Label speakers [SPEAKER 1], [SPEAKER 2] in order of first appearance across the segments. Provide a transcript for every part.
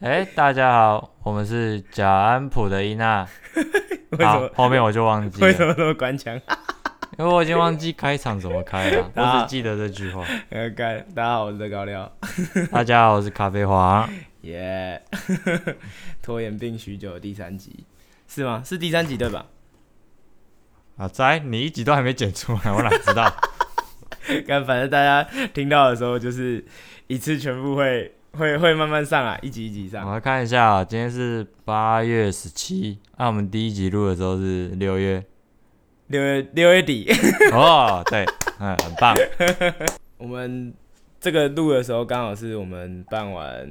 [SPEAKER 1] 哎、大家好，我们是贾安普的伊娜。
[SPEAKER 2] 为什
[SPEAKER 1] 好
[SPEAKER 2] 么，？
[SPEAKER 1] 后面我就忘记
[SPEAKER 2] 为什
[SPEAKER 1] 了，
[SPEAKER 2] 么那么官腔？
[SPEAKER 1] 因为我已经忘记开场怎么开了，我
[SPEAKER 2] 啊
[SPEAKER 1] 只记得这句话。
[SPEAKER 2] 呃，干，大家好，我是高料，
[SPEAKER 1] 大家好，我是咖啡黄，
[SPEAKER 2] 耶、 拖延病许久的第三集是吗？是第三集对吧？
[SPEAKER 1] 阿仔，啊你一集都还没剪出来，我哪知 道？
[SPEAKER 2] 干，反正大家听到的时候就是一次全部会会会慢慢上啊，一集一集上。
[SPEAKER 1] 我来看一下、啊，今天是八月十七，啊那我们第一集录的时候是六月。
[SPEAKER 2] 六月六月底，
[SPEAKER 1] 哦，对，嗯，很棒。
[SPEAKER 2] 我们这个录的时候刚好是我们办完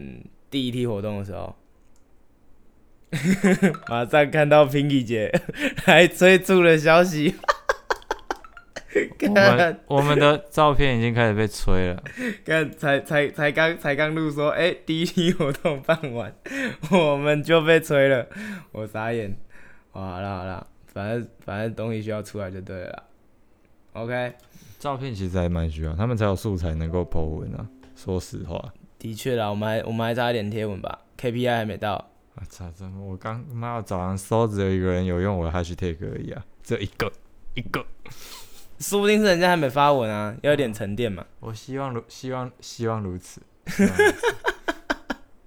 [SPEAKER 2] 第一梯活动的时候。 马上看到 Pinky 姐 来催促的消息，
[SPEAKER 1] 我们我们的照片已经开始被吹了，
[SPEAKER 2] 刚才才才刚才刚录说，哎、第一期活动办完，我们就被催了，我傻眼。哇好啦好啦，反正反正东西需要出来就对了啦。OK，
[SPEAKER 1] 照片其实还蛮需要，他们才有素材能够 Po 文啊。说实话，
[SPEAKER 2] 的确啦，我们还我们还差一点贴文吧，KPI 还没到。
[SPEAKER 1] 啊操！真的，我刚妈早上搜只有一个人有用我的 hashtag 而已啊，只有一个，一个。
[SPEAKER 2] 说不定是人家还没发文啊，要有点沉淀嘛。
[SPEAKER 1] 我希望如希望希望如 此。希望如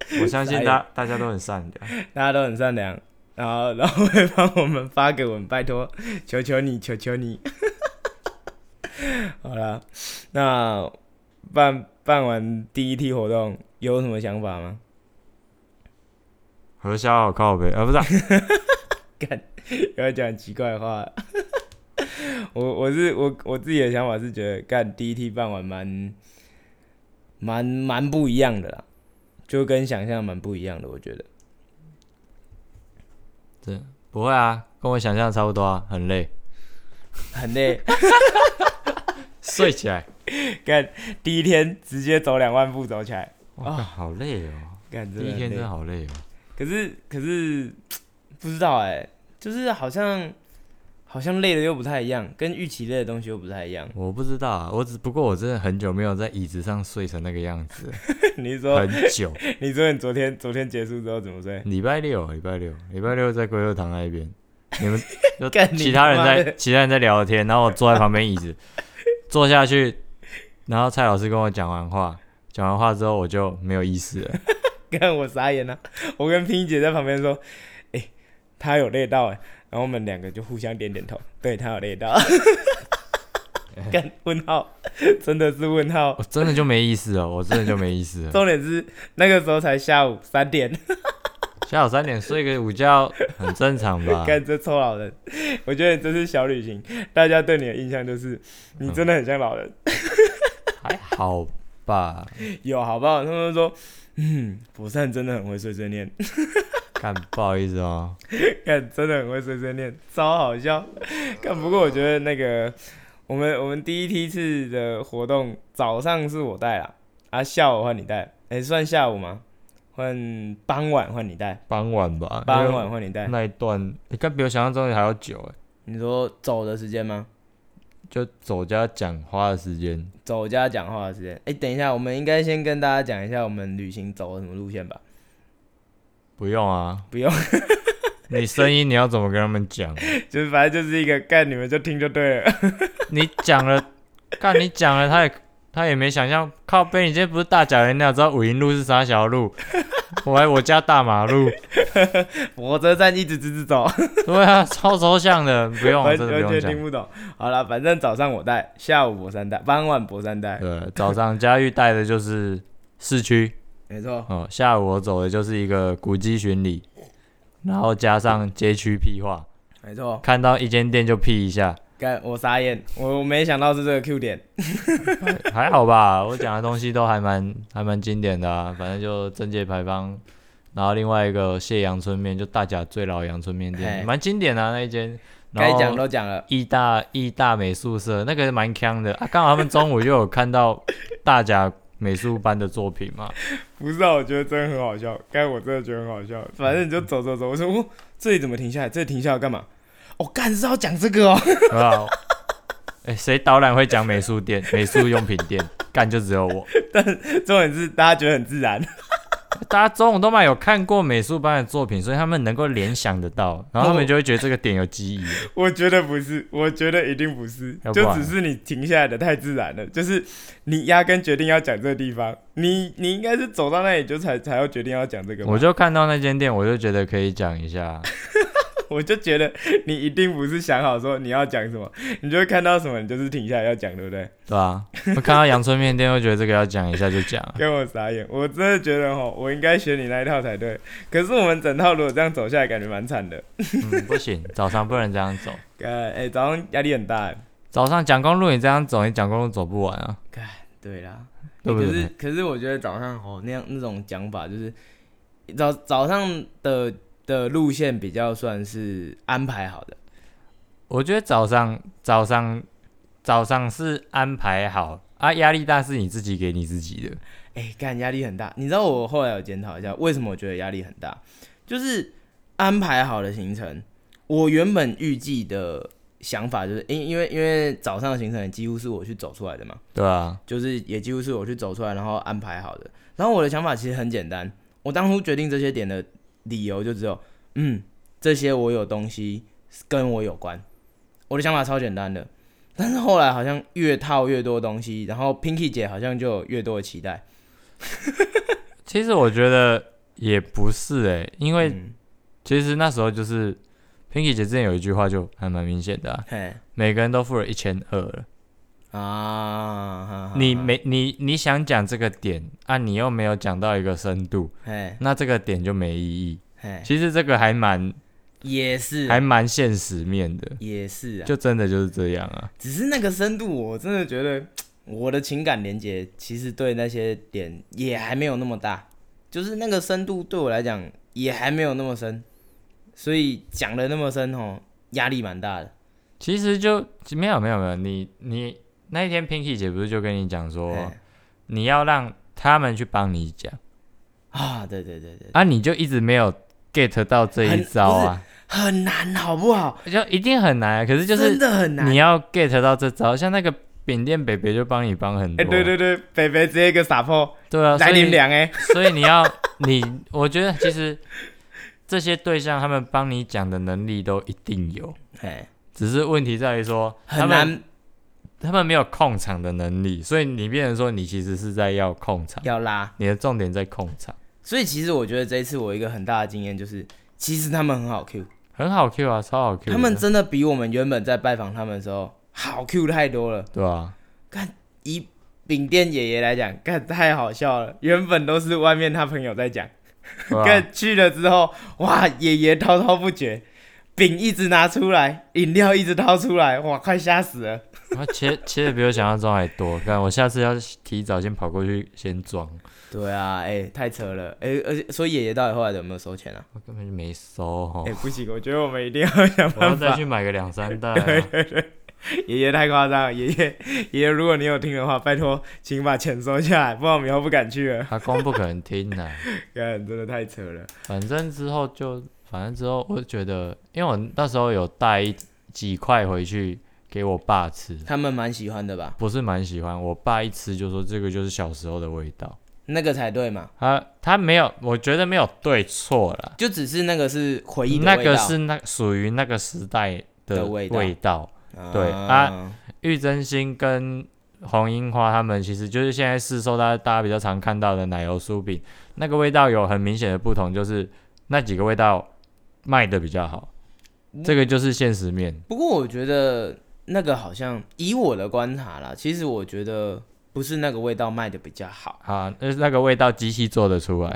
[SPEAKER 1] 此我相信大大家都很善良，
[SPEAKER 2] 大家都很善良，然后 然后会帮我们发给我们，拜托，求求你，求求你。 好了，那办办完第一梯活动有什么想法吗？
[SPEAKER 1] 核销好靠背啊，不是啊、
[SPEAKER 2] 不要讲奇怪的话。 我我是我我自己的想法是觉得干第一梯办完蛮蛮蛮不一样的啦，就跟想象蛮不一样的，我觉得。
[SPEAKER 1] 不会啊，跟我想象差不多啊，很累，
[SPEAKER 2] 很累，
[SPEAKER 1] 睡起
[SPEAKER 2] 啊
[SPEAKER 1] 来，
[SPEAKER 2] 干第一天直接走两万步走起来，
[SPEAKER 1] 哇，好累哦，
[SPEAKER 2] 干
[SPEAKER 1] 第
[SPEAKER 2] 真的
[SPEAKER 1] 一
[SPEAKER 2] 很
[SPEAKER 1] 天真
[SPEAKER 2] 累
[SPEAKER 1] 的好累哦。。
[SPEAKER 2] 可是可是不知道哎、就是好像好像累的又不太一样，跟预期累的东西又不太一样
[SPEAKER 1] 我不知道啊，我只不过我真的很久没有在椅子上睡成那个样子了，
[SPEAKER 2] 你是说
[SPEAKER 1] 很久。
[SPEAKER 2] 你说你昨天昨天结束之后怎么睡？
[SPEAKER 1] 礼拜六，礼拜六，礼拜六在龟鹤堂那边，你们就
[SPEAKER 2] 干你
[SPEAKER 1] 其他人
[SPEAKER 2] 妈
[SPEAKER 1] 在
[SPEAKER 2] 的
[SPEAKER 1] 其他人在聊天，然后我坐在旁边椅子坐下去，然后蔡老师跟我讲完话，讲完话之后我就没有意思了。
[SPEAKER 2] 看我傻眼了、啊我跟拼姐在旁边说，哎、他有累到哎、然后我们两个就互相点点头，对他有累 到。干问号，真的是问号
[SPEAKER 1] 我。真的就没意思了，我真的就没意思了。
[SPEAKER 2] 重点是那个时候才下午三点，
[SPEAKER 1] 下午三点睡个午觉很正常吧？
[SPEAKER 2] 看这臭老人，我觉得你这是小旅行，大家对你的印象就是你真的很像老人。
[SPEAKER 1] 还好吧？
[SPEAKER 2] 有好不好？他们说，嗯，博善真的很会碎碎念，
[SPEAKER 1] 看，不好意思哦。
[SPEAKER 2] 看真的很会碎碎念，超好笑。看不过我觉得那个我们我们第一梯次的活动早上是我带啦，啊下午换你带，哎、算下午吗？换傍晚换你带，
[SPEAKER 1] 傍晚吧，
[SPEAKER 2] 傍晚换你带。
[SPEAKER 1] 那一段应该比我想象中的还要久哎，
[SPEAKER 2] 你说走的时间吗？
[SPEAKER 1] 就走加讲话的时间。
[SPEAKER 2] 走加讲话的时间。哎、等一下，我们应该先跟大家讲一下我们旅行走的什么路线吧。
[SPEAKER 1] 不用啊，
[SPEAKER 2] 不用，
[SPEAKER 1] 你声音你要怎么跟他们讲？
[SPEAKER 2] 就是反正就是一个干，你们就听就对了。
[SPEAKER 1] 你讲了， 看你讲了，他也他也没想象靠背，你今天不是大脚人，你哪知道武营路是啥小路？ 我还我家大马路，
[SPEAKER 2] 火车站一直直直走。
[SPEAKER 1] 对啊，超抽象的，不用，啊
[SPEAKER 2] 完
[SPEAKER 1] 真的
[SPEAKER 2] 完
[SPEAKER 1] 不用
[SPEAKER 2] 全
[SPEAKER 1] 讲
[SPEAKER 2] 哦听。不懂。好了，反正早上我带，下午博山带，傍晚博山带，
[SPEAKER 1] 对，早上佳玉带的就是市区
[SPEAKER 2] 没错，
[SPEAKER 1] 哦，下午我走的就是一个古迹巡礼，然后加上街区屁话，
[SPEAKER 2] 没错。
[SPEAKER 1] 看到一间店就屁一下，
[SPEAKER 2] 干，我傻眼，我我没想到是这个 Q 点。
[SPEAKER 1] 还好吧，我讲的东西都还蛮还蛮经典的啊，反正就政界牌坊，然后另外一个谢阳春面，就大甲最老阳春面
[SPEAKER 2] 嘿
[SPEAKER 1] 店，蛮经典的、啊、那一间。然
[SPEAKER 2] 该
[SPEAKER 1] 后
[SPEAKER 2] 讲都讲了，
[SPEAKER 1] 义大义大美术社那个蛮强的啊，刚好他们中午就有看到大甲美术班的作品嘛，
[SPEAKER 2] 不是啊？我觉得真的很好笑，该我真的觉得很好笑。反正你就走走走，我说哦，这里怎么停下来？这里停下来干嘛？哦，干是要讲这个哦。
[SPEAKER 1] 对吧？ 哎、谁导览会讲美术 店、美术用品店？干就只有我，
[SPEAKER 2] 重点是大家觉得很自然，
[SPEAKER 1] 大家中午都蛮有看过美术班的作品，所以他们能够联想得到，然后他
[SPEAKER 2] 哦
[SPEAKER 1] 们就会觉得这个点有记忆。
[SPEAKER 2] 我觉得不是，我觉得一定不是
[SPEAKER 1] 要，不
[SPEAKER 2] 就
[SPEAKER 1] 然
[SPEAKER 2] 只是你停下来的太自然了，就是你压根决定要讲这个地方，你你应该是走到那里就才才要决定要讲这个吧。
[SPEAKER 1] 我就看到那间店，我就觉得可以讲一 下。
[SPEAKER 2] 我就觉得你一定不是想好说你要讲什么，你就会看到什么，你就是停下来要讲，对不对？
[SPEAKER 1] 对啊，我看到阳春面店，会觉得这个要讲一下就讲啊。
[SPEAKER 2] 跟我傻眼，我真的觉得哈，我应该学你那一套才对。可是我们整套如果这样走下来，感觉蛮惨的。
[SPEAKER 1] 嗯，不行，早上不能这样走。
[SPEAKER 2] 呃，哎、早上压力很大欸。
[SPEAKER 1] 早上讲公路，你这样走，你讲公路走不完啊，
[SPEAKER 2] 对啦，
[SPEAKER 1] 对不
[SPEAKER 2] 可是
[SPEAKER 1] 对？
[SPEAKER 2] 可是我觉得早上哦那样那种讲法就是早早上的的路线比较算是安排好的，
[SPEAKER 1] 我觉得早上早上早上是安排好啊，压力大是你自己给你自己的。
[SPEAKER 2] 哎、干压力很大。你知道我后来有检讨一下，为什么我觉得压力很大？就是安排好的行程，我原本预计的想法就是，因因为因为早上的行程也几乎是我去走出来的嘛，
[SPEAKER 1] 对啊，
[SPEAKER 2] 就是也几乎是我去走出来然后安排好的。然后我的想法其实很简单，我当初决定这些点的理由就只有，嗯，这些我有东西跟我有关，我的想法超简单的。但是后来好像越套越多东西，然后 Pinky 姐好像就有越多的期待。
[SPEAKER 1] 其实我觉得也不是诶、因为
[SPEAKER 2] 嗯
[SPEAKER 1] 其实那时候就是 Pinky 姐之前有一句话就还蛮明显的、啊，
[SPEAKER 2] 嘿
[SPEAKER 1] 每个人都付了一千二了。
[SPEAKER 2] 啊，哈哈
[SPEAKER 1] 你
[SPEAKER 2] 哈
[SPEAKER 1] 没你你想讲这个点啊，你又没有讲到一个深度，
[SPEAKER 2] 嘿
[SPEAKER 1] 那这个点就没意义。
[SPEAKER 2] 嘿
[SPEAKER 1] 其实这个还蛮
[SPEAKER 2] 也是啊
[SPEAKER 1] 还蛮现实面的，
[SPEAKER 2] 也是啊，
[SPEAKER 1] 就真的就是这样啊。
[SPEAKER 2] 只是那个深度，我真的觉得我的情感连接其实对那些点也还没有那么大，就是那个深度对我来讲也还没有那么深，所以讲的那么深哦，压力蛮大的。
[SPEAKER 1] 其实就没有没有没有，你你那一天 Pinky 姐不是就跟你讲说
[SPEAKER 2] 哎，
[SPEAKER 1] 你要让他们去帮你讲
[SPEAKER 2] 啊，对对对对，
[SPEAKER 1] 啊，你就一直没有 get 到这一
[SPEAKER 2] 很
[SPEAKER 1] 招啊，
[SPEAKER 2] 很难好不好？
[SPEAKER 1] 就一定很难、啊。可是就
[SPEAKER 2] 真
[SPEAKER 1] 是
[SPEAKER 2] 的很难
[SPEAKER 1] 你。要 get 到这招，像那个缅甸北北就帮你帮很多，
[SPEAKER 2] 哎、
[SPEAKER 1] 啊
[SPEAKER 2] 对对对，北北直接一个撒泼，
[SPEAKER 1] 对啊，
[SPEAKER 2] 来
[SPEAKER 1] 所以
[SPEAKER 2] 你们俩哎，
[SPEAKER 1] 所以你要 你，我觉得其实这些对象他们帮你讲的能力都一定有，
[SPEAKER 2] 哎，
[SPEAKER 1] 只是问题在于说
[SPEAKER 2] 很
[SPEAKER 1] 他们
[SPEAKER 2] 难
[SPEAKER 1] 他们没有控场的能力，所以你变成说你其实是在要控场，
[SPEAKER 2] 要拉。
[SPEAKER 1] 你的重点在控场，
[SPEAKER 2] 所以其实我觉得这一次我一个很大的经验就是，其实他们很好 Q，
[SPEAKER 1] 很好 Q 啊，超好 Q，的
[SPEAKER 2] 他们真的比我们原本在拜访他们的时候好 Q 太多了。
[SPEAKER 1] 对啊，
[SPEAKER 2] 以饼店爷爷来讲，干太好笑了。原本都是外面他朋友在讲，
[SPEAKER 1] 对啊
[SPEAKER 2] 干、去了之后，哇，爷爷滔滔不绝，饼一直拿出来，饮料一直掏出来，哇，快吓死了。
[SPEAKER 1] 他切切的比我想象中还多，看我下次要提早先跑过去先装，
[SPEAKER 2] 对啊，哎、太扯了，哎、而且所以爷爷到底后来有没有收钱啊？
[SPEAKER 1] 我根本就没收哦
[SPEAKER 2] 哎、，不行，我觉得我们一定要 想
[SPEAKER 1] 我要
[SPEAKER 2] 办
[SPEAKER 1] 再
[SPEAKER 2] 法。
[SPEAKER 1] 去买个两三袋、啊，
[SPEAKER 2] 爷爷太夸张了，爷爷爷爷，如果你有听的话，拜托，请把钱收下来，不然我们以后不敢去了。
[SPEAKER 1] 阿公不可能听啊的、
[SPEAKER 2] 干，真的太扯了。
[SPEAKER 1] 反正之后就，反正之后我觉得，因为我那时候有带一几块回去给我爸吃，
[SPEAKER 2] 他们蛮喜欢的吧？
[SPEAKER 1] 不是蛮喜欢。我爸一吃就说这个就是小时候的味道。
[SPEAKER 2] 那个才对嘛，
[SPEAKER 1] 他他没有，我觉得没有对错啦，
[SPEAKER 2] 就只是那个是回忆的
[SPEAKER 1] 那
[SPEAKER 2] 味
[SPEAKER 1] 个
[SPEAKER 2] 道
[SPEAKER 1] 是那属于那个时代的
[SPEAKER 2] 的味道
[SPEAKER 1] 道。对啊，玉珍心跟红樱花他们其实就是现在市售大家大家比较常看到的奶油酥饼，那个味道有很明显的不同，就是那几个味道卖的比较好，
[SPEAKER 2] 嗯
[SPEAKER 1] 这个就是现实面。
[SPEAKER 2] 不过我觉得那个好像以我的观察啦，其实我觉得不是那个味道卖的比较好。
[SPEAKER 1] 啊，那那个味道机器做得出来，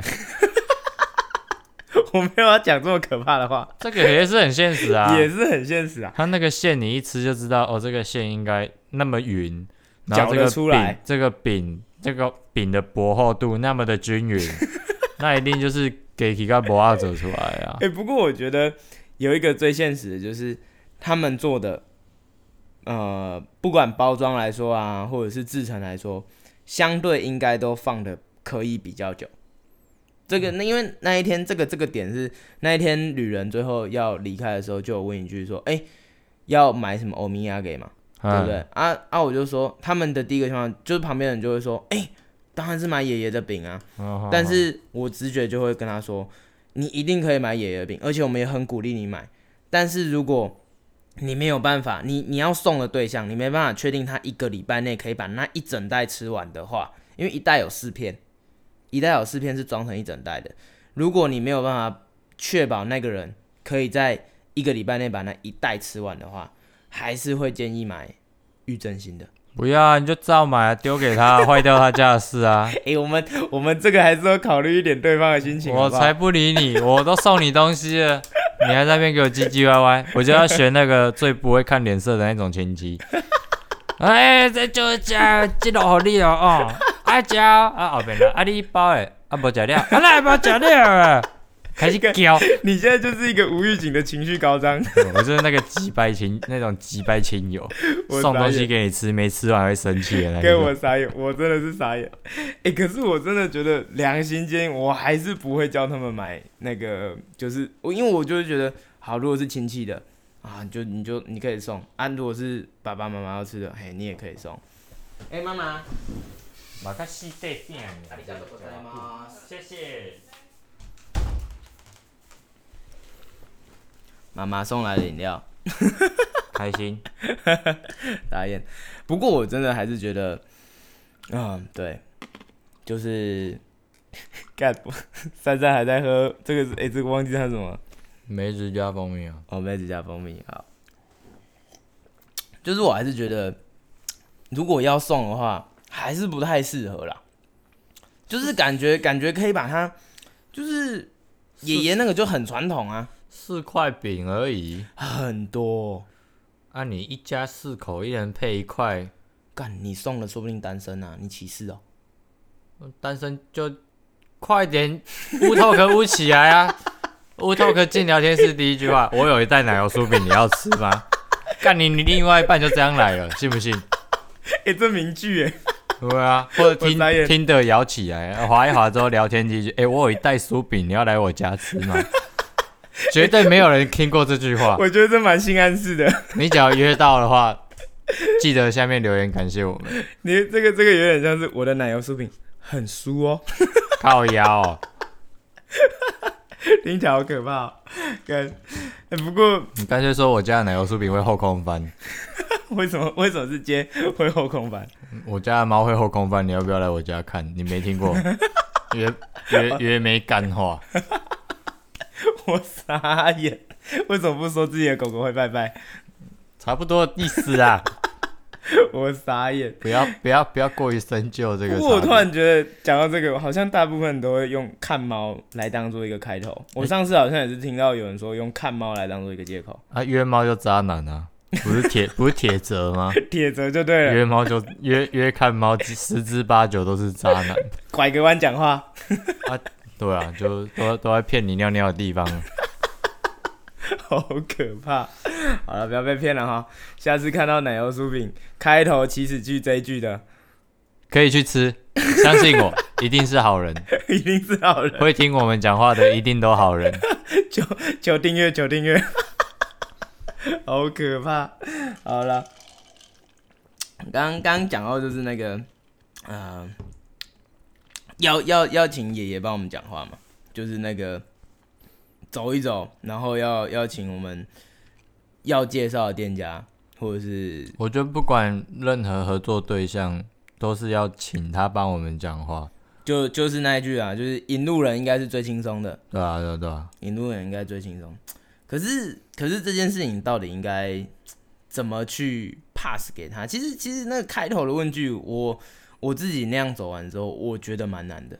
[SPEAKER 2] 我没有要讲这么可怕的话，
[SPEAKER 1] 这个也是很现实啊。
[SPEAKER 2] 也是很现实啊。
[SPEAKER 1] 它那个馅你一吃就知道，哦，这个馅应该那么匀，然后
[SPEAKER 2] 嚼
[SPEAKER 1] 这
[SPEAKER 2] 得
[SPEAKER 1] 个
[SPEAKER 2] 出来
[SPEAKER 1] 饼，这个饼，这个饼的薄厚度那么的均 匀，那一定就是给几个薄啊走出来啊
[SPEAKER 2] 哎、。不过我觉得有一个最现实的就是他们做的，呃，不管包装来说啊，或者是制成来说，相对应该都放的可以比较久。这个那因为那一天这个这个点是那一天旅人最后要离开的时候，就有问一句说，哎、要买什么欧米亚给吗？对不
[SPEAKER 1] 嗯
[SPEAKER 2] 对？啊啊，我就说他们的第一个想法就是旁边人就会说，哎、当然是买爷爷的饼啊。
[SPEAKER 1] 嗯
[SPEAKER 2] 但是我直觉就会跟他说，你一定可以买野爷饼，而且我们也很鼓励你买。但是如果你没有办法，你你要送的对象，你没办法确定他一个礼拜内可以把那一整袋吃完的话，因为一袋有四片，一袋有四片是装成一整袋的。如果你没有办法确保那个人可以在一个礼拜内把那一袋吃完的话，还是会建议买玉珍心的。
[SPEAKER 1] 不要啊，你就照买啊，丢给他，坏掉他家的事 啊！
[SPEAKER 2] 诶、我们我们这个还是要考虑一点对方的心情好
[SPEAKER 1] 我
[SPEAKER 2] 不好
[SPEAKER 1] 才不理你，我都送你东西了，你还在那边给我唧唧歪 歪，我就要学那个最不会看脸色的那种亲戚。 哎，这就是这这落给你哦，哦，阿娇啊后面啦，啊你包诶，啊无食了，啊那无食了，开始 叫，
[SPEAKER 2] 你现在就是一个无预警的情绪高涨，
[SPEAKER 1] 我就是那个几百亲那种几百亲友，
[SPEAKER 2] 我
[SPEAKER 1] 送
[SPEAKER 2] 傻
[SPEAKER 1] 东西
[SPEAKER 2] 眼
[SPEAKER 1] 给你吃，没吃完还会生气的那
[SPEAKER 2] 跟
[SPEAKER 1] 种。
[SPEAKER 2] 我傻眼，我真的是傻眼。 哎、可是我真的觉得良心建议，我还是不会叫他们买那个，就是我，因为我就是觉得，好，如果是亲戚的啊，你就你就你可以送啊；如果是爸爸妈妈要吃的，嘿，你也可以送。哎、妈妈，
[SPEAKER 1] 马卡西对变，谢谢。
[SPEAKER 2] 妈妈送来的饮料，
[SPEAKER 1] 开心，
[SPEAKER 2] 傻眼。不过我真的还是觉得，嗯，对，就是。干，我珊珊还在喝这个是，哎、这个忘记它是什么了。
[SPEAKER 1] 梅子加蜂蜜啊，
[SPEAKER 2] 哦，妹子加蜂蜜好。就是我还是觉得，如果要送的话，还是不太适合啦。就是感觉感觉可以把它，就是爷爷那个就很传统啊，
[SPEAKER 1] 四块饼而已。
[SPEAKER 2] 很多。
[SPEAKER 1] 啊，你一家四口，一人配一块，
[SPEAKER 2] 干，你送了说不定单身啊，你歧视哦。
[SPEAKER 1] 单身就快点乌透壳乌起来 啊！乌透壳进聊天室第一句话：“我有一袋奶油酥饼，你要吃 吗？”干你，你另外一半就这样来了，信不信？
[SPEAKER 2] 哎、这名句哎，
[SPEAKER 1] 对啊，或者听
[SPEAKER 2] 我傻眼
[SPEAKER 1] 听的摇起来，滑一滑之后聊天几句，哎、我有一袋酥饼，你要来我家吃 吗？绝对没有人听过这句话。
[SPEAKER 2] 我觉得这蛮心暗示的。
[SPEAKER 1] 你只要约到的话， 记得下面留言感谢我们。
[SPEAKER 2] 你这个这个有点像是我的奶油酥饼，很酥哦，
[SPEAKER 1] 靠腰、哦，
[SPEAKER 2] 听起来好可怕、哦。干、哎不过
[SPEAKER 1] 你干脆说我家的奶油酥饼会后空翻，
[SPEAKER 2] 为什么为什么是接会后空翻？
[SPEAKER 1] 我家的猫会后空翻，你要不要来我家看？你没听 过？约约约没干话，
[SPEAKER 2] 我傻眼，为什么不说自己的狗狗会拜拜？
[SPEAKER 1] 差不多意思啊！
[SPEAKER 2] 我傻眼。
[SPEAKER 1] 不要不要不要过于深究这个。
[SPEAKER 2] 不过我突然觉得讲到这个，好像大部分都会用看猫来当做一个开头。我上次好像也是听到有人说用看猫来当做一个借口，
[SPEAKER 1] 啊，约猫就渣男啊，不是铁不是铁则吗？
[SPEAKER 2] 铁则就 对啊了，
[SPEAKER 1] 约猫就约约看猫，十之八九都是渣男。
[SPEAKER 2] 拐个弯讲话，
[SPEAKER 1] 对啊，就都都在骗你尿尿的地方。
[SPEAKER 2] 好可怕。好了，不要被骗了哈。下次看到奶油酥饼开头起始句这一句的，
[SPEAKER 1] 可以去吃，相信我，一定是好人，
[SPEAKER 2] 一定是好 人。
[SPEAKER 1] 会听我们讲话的一定都好人。
[SPEAKER 2] 求求订阅，求订阅， 好可怕。好了，刚刚讲到就是那个，呃，要要要请爷爷帮我们讲话嘛，就是那个走一走，然后要要请我们要介绍的店家，或者是
[SPEAKER 1] 我觉得不管任何合作对象，都是要请他帮我们讲话。
[SPEAKER 2] 就就是那一句啊，就是引路人应该是最轻松的，
[SPEAKER 1] 对啊，对啊，对啊，
[SPEAKER 2] 引路人应该最轻松。可是，可是这件事情到底应该怎么去 pass 给他？其实，其实那个开头的问句，我我自己那样走完之后，我觉得蛮难的。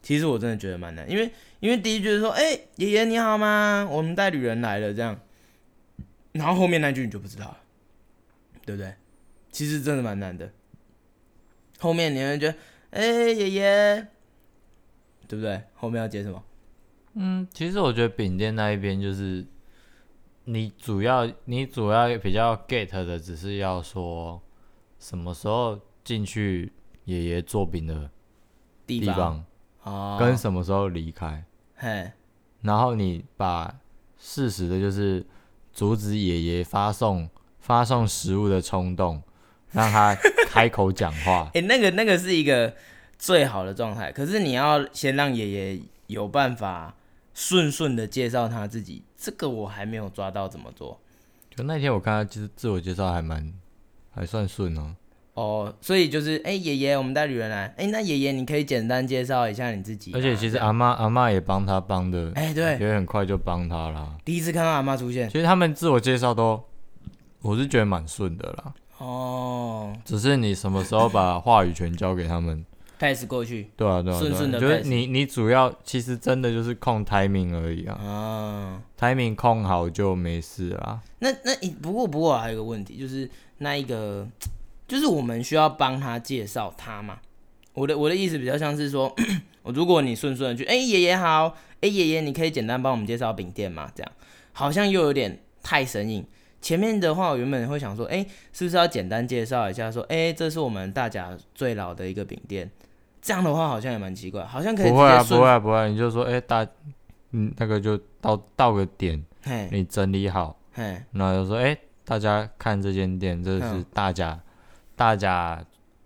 [SPEAKER 2] 其实我真的觉得蛮难，因为因为第一句是说：“哎、爷爷你好吗？我们带旅人来了。”这样，然后后面那句你就不知道了，对不对？其实真的蛮难的。后面你会觉得：“哎、爷爷，对不对？”后面要接什么？
[SPEAKER 1] 嗯，其实我觉得饼店那一边就是，你主要你主要比较 get 的，只是要说什么时候进去爷爷做饼的
[SPEAKER 2] 地
[SPEAKER 1] 地
[SPEAKER 2] 方
[SPEAKER 1] 方，
[SPEAKER 2] 哦，
[SPEAKER 1] 跟什么时候离开。
[SPEAKER 2] 嘿，
[SPEAKER 1] 然后你把适时的，就是阻止爷爷发送发送食物的冲动，让他开口讲话。
[SPEAKER 2] 哎、那个那个是一个最好的状态。可是你要先让爷爷有办法顺顺的介绍他自己，这个我还没有抓到怎么做
[SPEAKER 1] 就那天我看他其实自我介绍还蛮 还算顺哦、
[SPEAKER 2] 哦。所以就是，哎、爷爷，我们带旅人来，哎、那爷爷你可以简单介绍一下你自己吗。
[SPEAKER 1] 而且其实
[SPEAKER 2] 这样，
[SPEAKER 1] 阿妈阿妈也帮他帮的，
[SPEAKER 2] 哎、对，
[SPEAKER 1] 也很快就帮他啦。
[SPEAKER 2] 第一次看到阿妈出现，
[SPEAKER 1] 其实他们自我介绍都，我是觉得蛮顺的啦。
[SPEAKER 2] 哦
[SPEAKER 1] 只是你什么时候把话语权交给他们？
[SPEAKER 2] ，pass 过去，
[SPEAKER 1] 对啊，对啊，对啊
[SPEAKER 2] 顺顺地
[SPEAKER 1] 就是
[SPEAKER 2] 开始
[SPEAKER 1] 你你主要其实真的就是控 timing 而已啊
[SPEAKER 2] 啊。
[SPEAKER 1] ，timing 控好就没事啦。
[SPEAKER 2] 那那一不过不过还有一个问题，就是那一个就是我们需要帮他介绍他嘛。我的我的意思比较像是说， 如果你顺顺的去，哎、爷爷好，哎、爷爷你可以简单帮我们介绍饼店吗？这样好像又有点太生硬。前面的话，我原本会想说，哎、是不是要简单介绍一下？说，哎、这是我们大甲最老的一个饼店。这样的话好像也蛮奇怪，好像可以直
[SPEAKER 1] 不会
[SPEAKER 2] 接
[SPEAKER 1] 啊，
[SPEAKER 2] 顺
[SPEAKER 1] 不会啊，不会啊，你就说，哎、大，嗯，那个就到到个点，
[SPEAKER 2] 嘿
[SPEAKER 1] 你整理好，
[SPEAKER 2] 嘿，
[SPEAKER 1] 然后就说，哎、大家看这间店，这是
[SPEAKER 2] 嗯
[SPEAKER 1] 大甲、大甲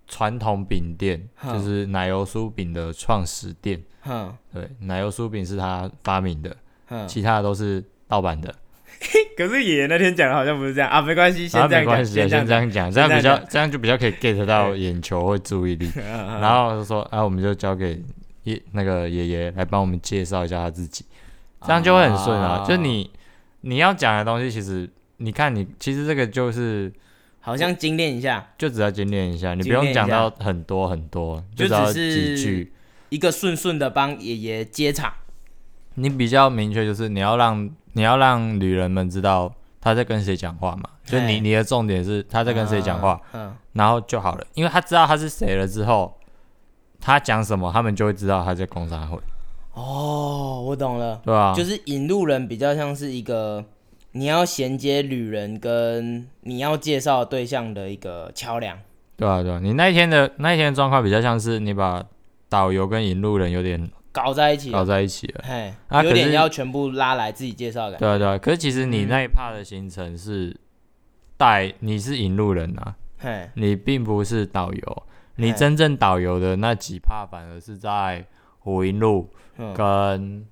[SPEAKER 1] 传统饼店，
[SPEAKER 2] 嗯
[SPEAKER 1] 就是奶油酥饼的创始店。
[SPEAKER 2] 哼
[SPEAKER 1] 对，奶油酥饼是他发明的，
[SPEAKER 2] 哼。
[SPEAKER 1] 其他的都是盗版的。
[SPEAKER 2] 可是爷爷那天讲的好像不是这样啊，没关系，先
[SPEAKER 1] 啊
[SPEAKER 2] 这样
[SPEAKER 1] 没
[SPEAKER 2] 讲，
[SPEAKER 1] 关系啊，
[SPEAKER 2] 先这样
[SPEAKER 1] 先这
[SPEAKER 2] 讲。
[SPEAKER 1] 样讲，这
[SPEAKER 2] 先
[SPEAKER 1] 样比
[SPEAKER 2] 这样
[SPEAKER 1] 较，这样就比较可以 get 到眼球或注意力。
[SPEAKER 2] 嗯
[SPEAKER 1] 然后就说，啊，我们就交给爷那个爷爷来帮我们介绍一下他自己，这样就会很顺啊。就你你要讲的东西，其实你看你其实这个就是
[SPEAKER 2] 好像精炼一下
[SPEAKER 1] 就只要精炼一下，你不
[SPEAKER 2] 精炼
[SPEAKER 1] 用
[SPEAKER 2] 一
[SPEAKER 1] 讲
[SPEAKER 2] 下
[SPEAKER 1] 到很多很多，
[SPEAKER 2] 就
[SPEAKER 1] 只要
[SPEAKER 2] 只
[SPEAKER 1] 几
[SPEAKER 2] 是
[SPEAKER 1] 句。
[SPEAKER 2] 一个顺顺的帮爷爷接场，
[SPEAKER 1] 你比较明确就是你要让你要让旅人们知道他在跟谁讲话嘛，就你
[SPEAKER 2] 哎
[SPEAKER 1] 你的重点是他在跟谁讲话，
[SPEAKER 2] 嗯，
[SPEAKER 1] 然后就好了，因为他知道他是谁了之后，他讲什么，他们就会知道他在工商会，
[SPEAKER 2] 哦，我懂了，
[SPEAKER 1] 对吧、
[SPEAKER 2] 就是引路人比较像是一个你要衔接旅人跟你要介绍对象的一个桥梁。
[SPEAKER 1] 对啊，对啊。你那一天的那一天的状况比较像是你把导游跟引路人有点
[SPEAKER 2] 搞在一起
[SPEAKER 1] 搞
[SPEAKER 2] 了，
[SPEAKER 1] 在一起了，
[SPEAKER 2] 嘿，
[SPEAKER 1] 啊
[SPEAKER 2] 有
[SPEAKER 1] 可
[SPEAKER 2] 点
[SPEAKER 1] 是
[SPEAKER 2] 要全部拉来自己介绍的感觉。
[SPEAKER 1] 对啊，对啊。可是其实你那一趴的行程是带你是引路人啊，
[SPEAKER 2] 嘿，
[SPEAKER 1] 你并不是导游，你
[SPEAKER 2] 哎
[SPEAKER 1] 真正导游的那几趴反而是在虎营路
[SPEAKER 2] 嗯
[SPEAKER 1] 跟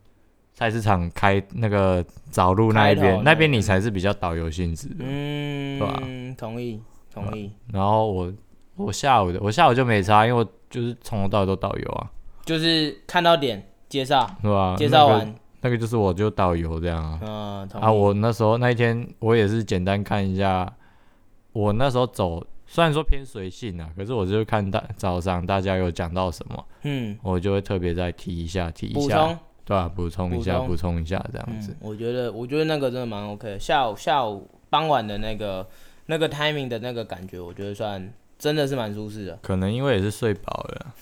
[SPEAKER 1] 菜市场开那个早路那
[SPEAKER 2] 开哦
[SPEAKER 1] 一
[SPEAKER 2] 头
[SPEAKER 1] 边，
[SPEAKER 2] 那
[SPEAKER 1] 那边你
[SPEAKER 2] 边
[SPEAKER 1] 才是比较导游性质的。对吧
[SPEAKER 2] 嗯，同意，
[SPEAKER 1] 啊
[SPEAKER 2] 同意，
[SPEAKER 1] 然后我我下午的我下午就没差，因为我就是从头到尾都导游啊，
[SPEAKER 2] 就是看到点介绍，
[SPEAKER 1] 对吧、
[SPEAKER 2] 介绍
[SPEAKER 1] 啊那个
[SPEAKER 2] 完，
[SPEAKER 1] 那个就是我就导游这样啊。
[SPEAKER 2] 嗯，同意。
[SPEAKER 1] 啊，我那时候那一天我也是简单看一下，我那时候走虽然说偏随性啊，可是我就看大早上大家有讲到什么，
[SPEAKER 2] 嗯，
[SPEAKER 1] 我就会特别再提一下提一
[SPEAKER 2] 补
[SPEAKER 1] 下
[SPEAKER 2] 充，。
[SPEAKER 1] 对啊，补充一下
[SPEAKER 2] 补充
[SPEAKER 1] 补充一下这样子
[SPEAKER 2] 嗯。，我觉得，我觉得那个真的蛮 OK 的。下午下午傍晚的那个那个 timing 的那个感觉，我觉得算真的是蛮舒适的，
[SPEAKER 1] 可能因为也是睡饱了，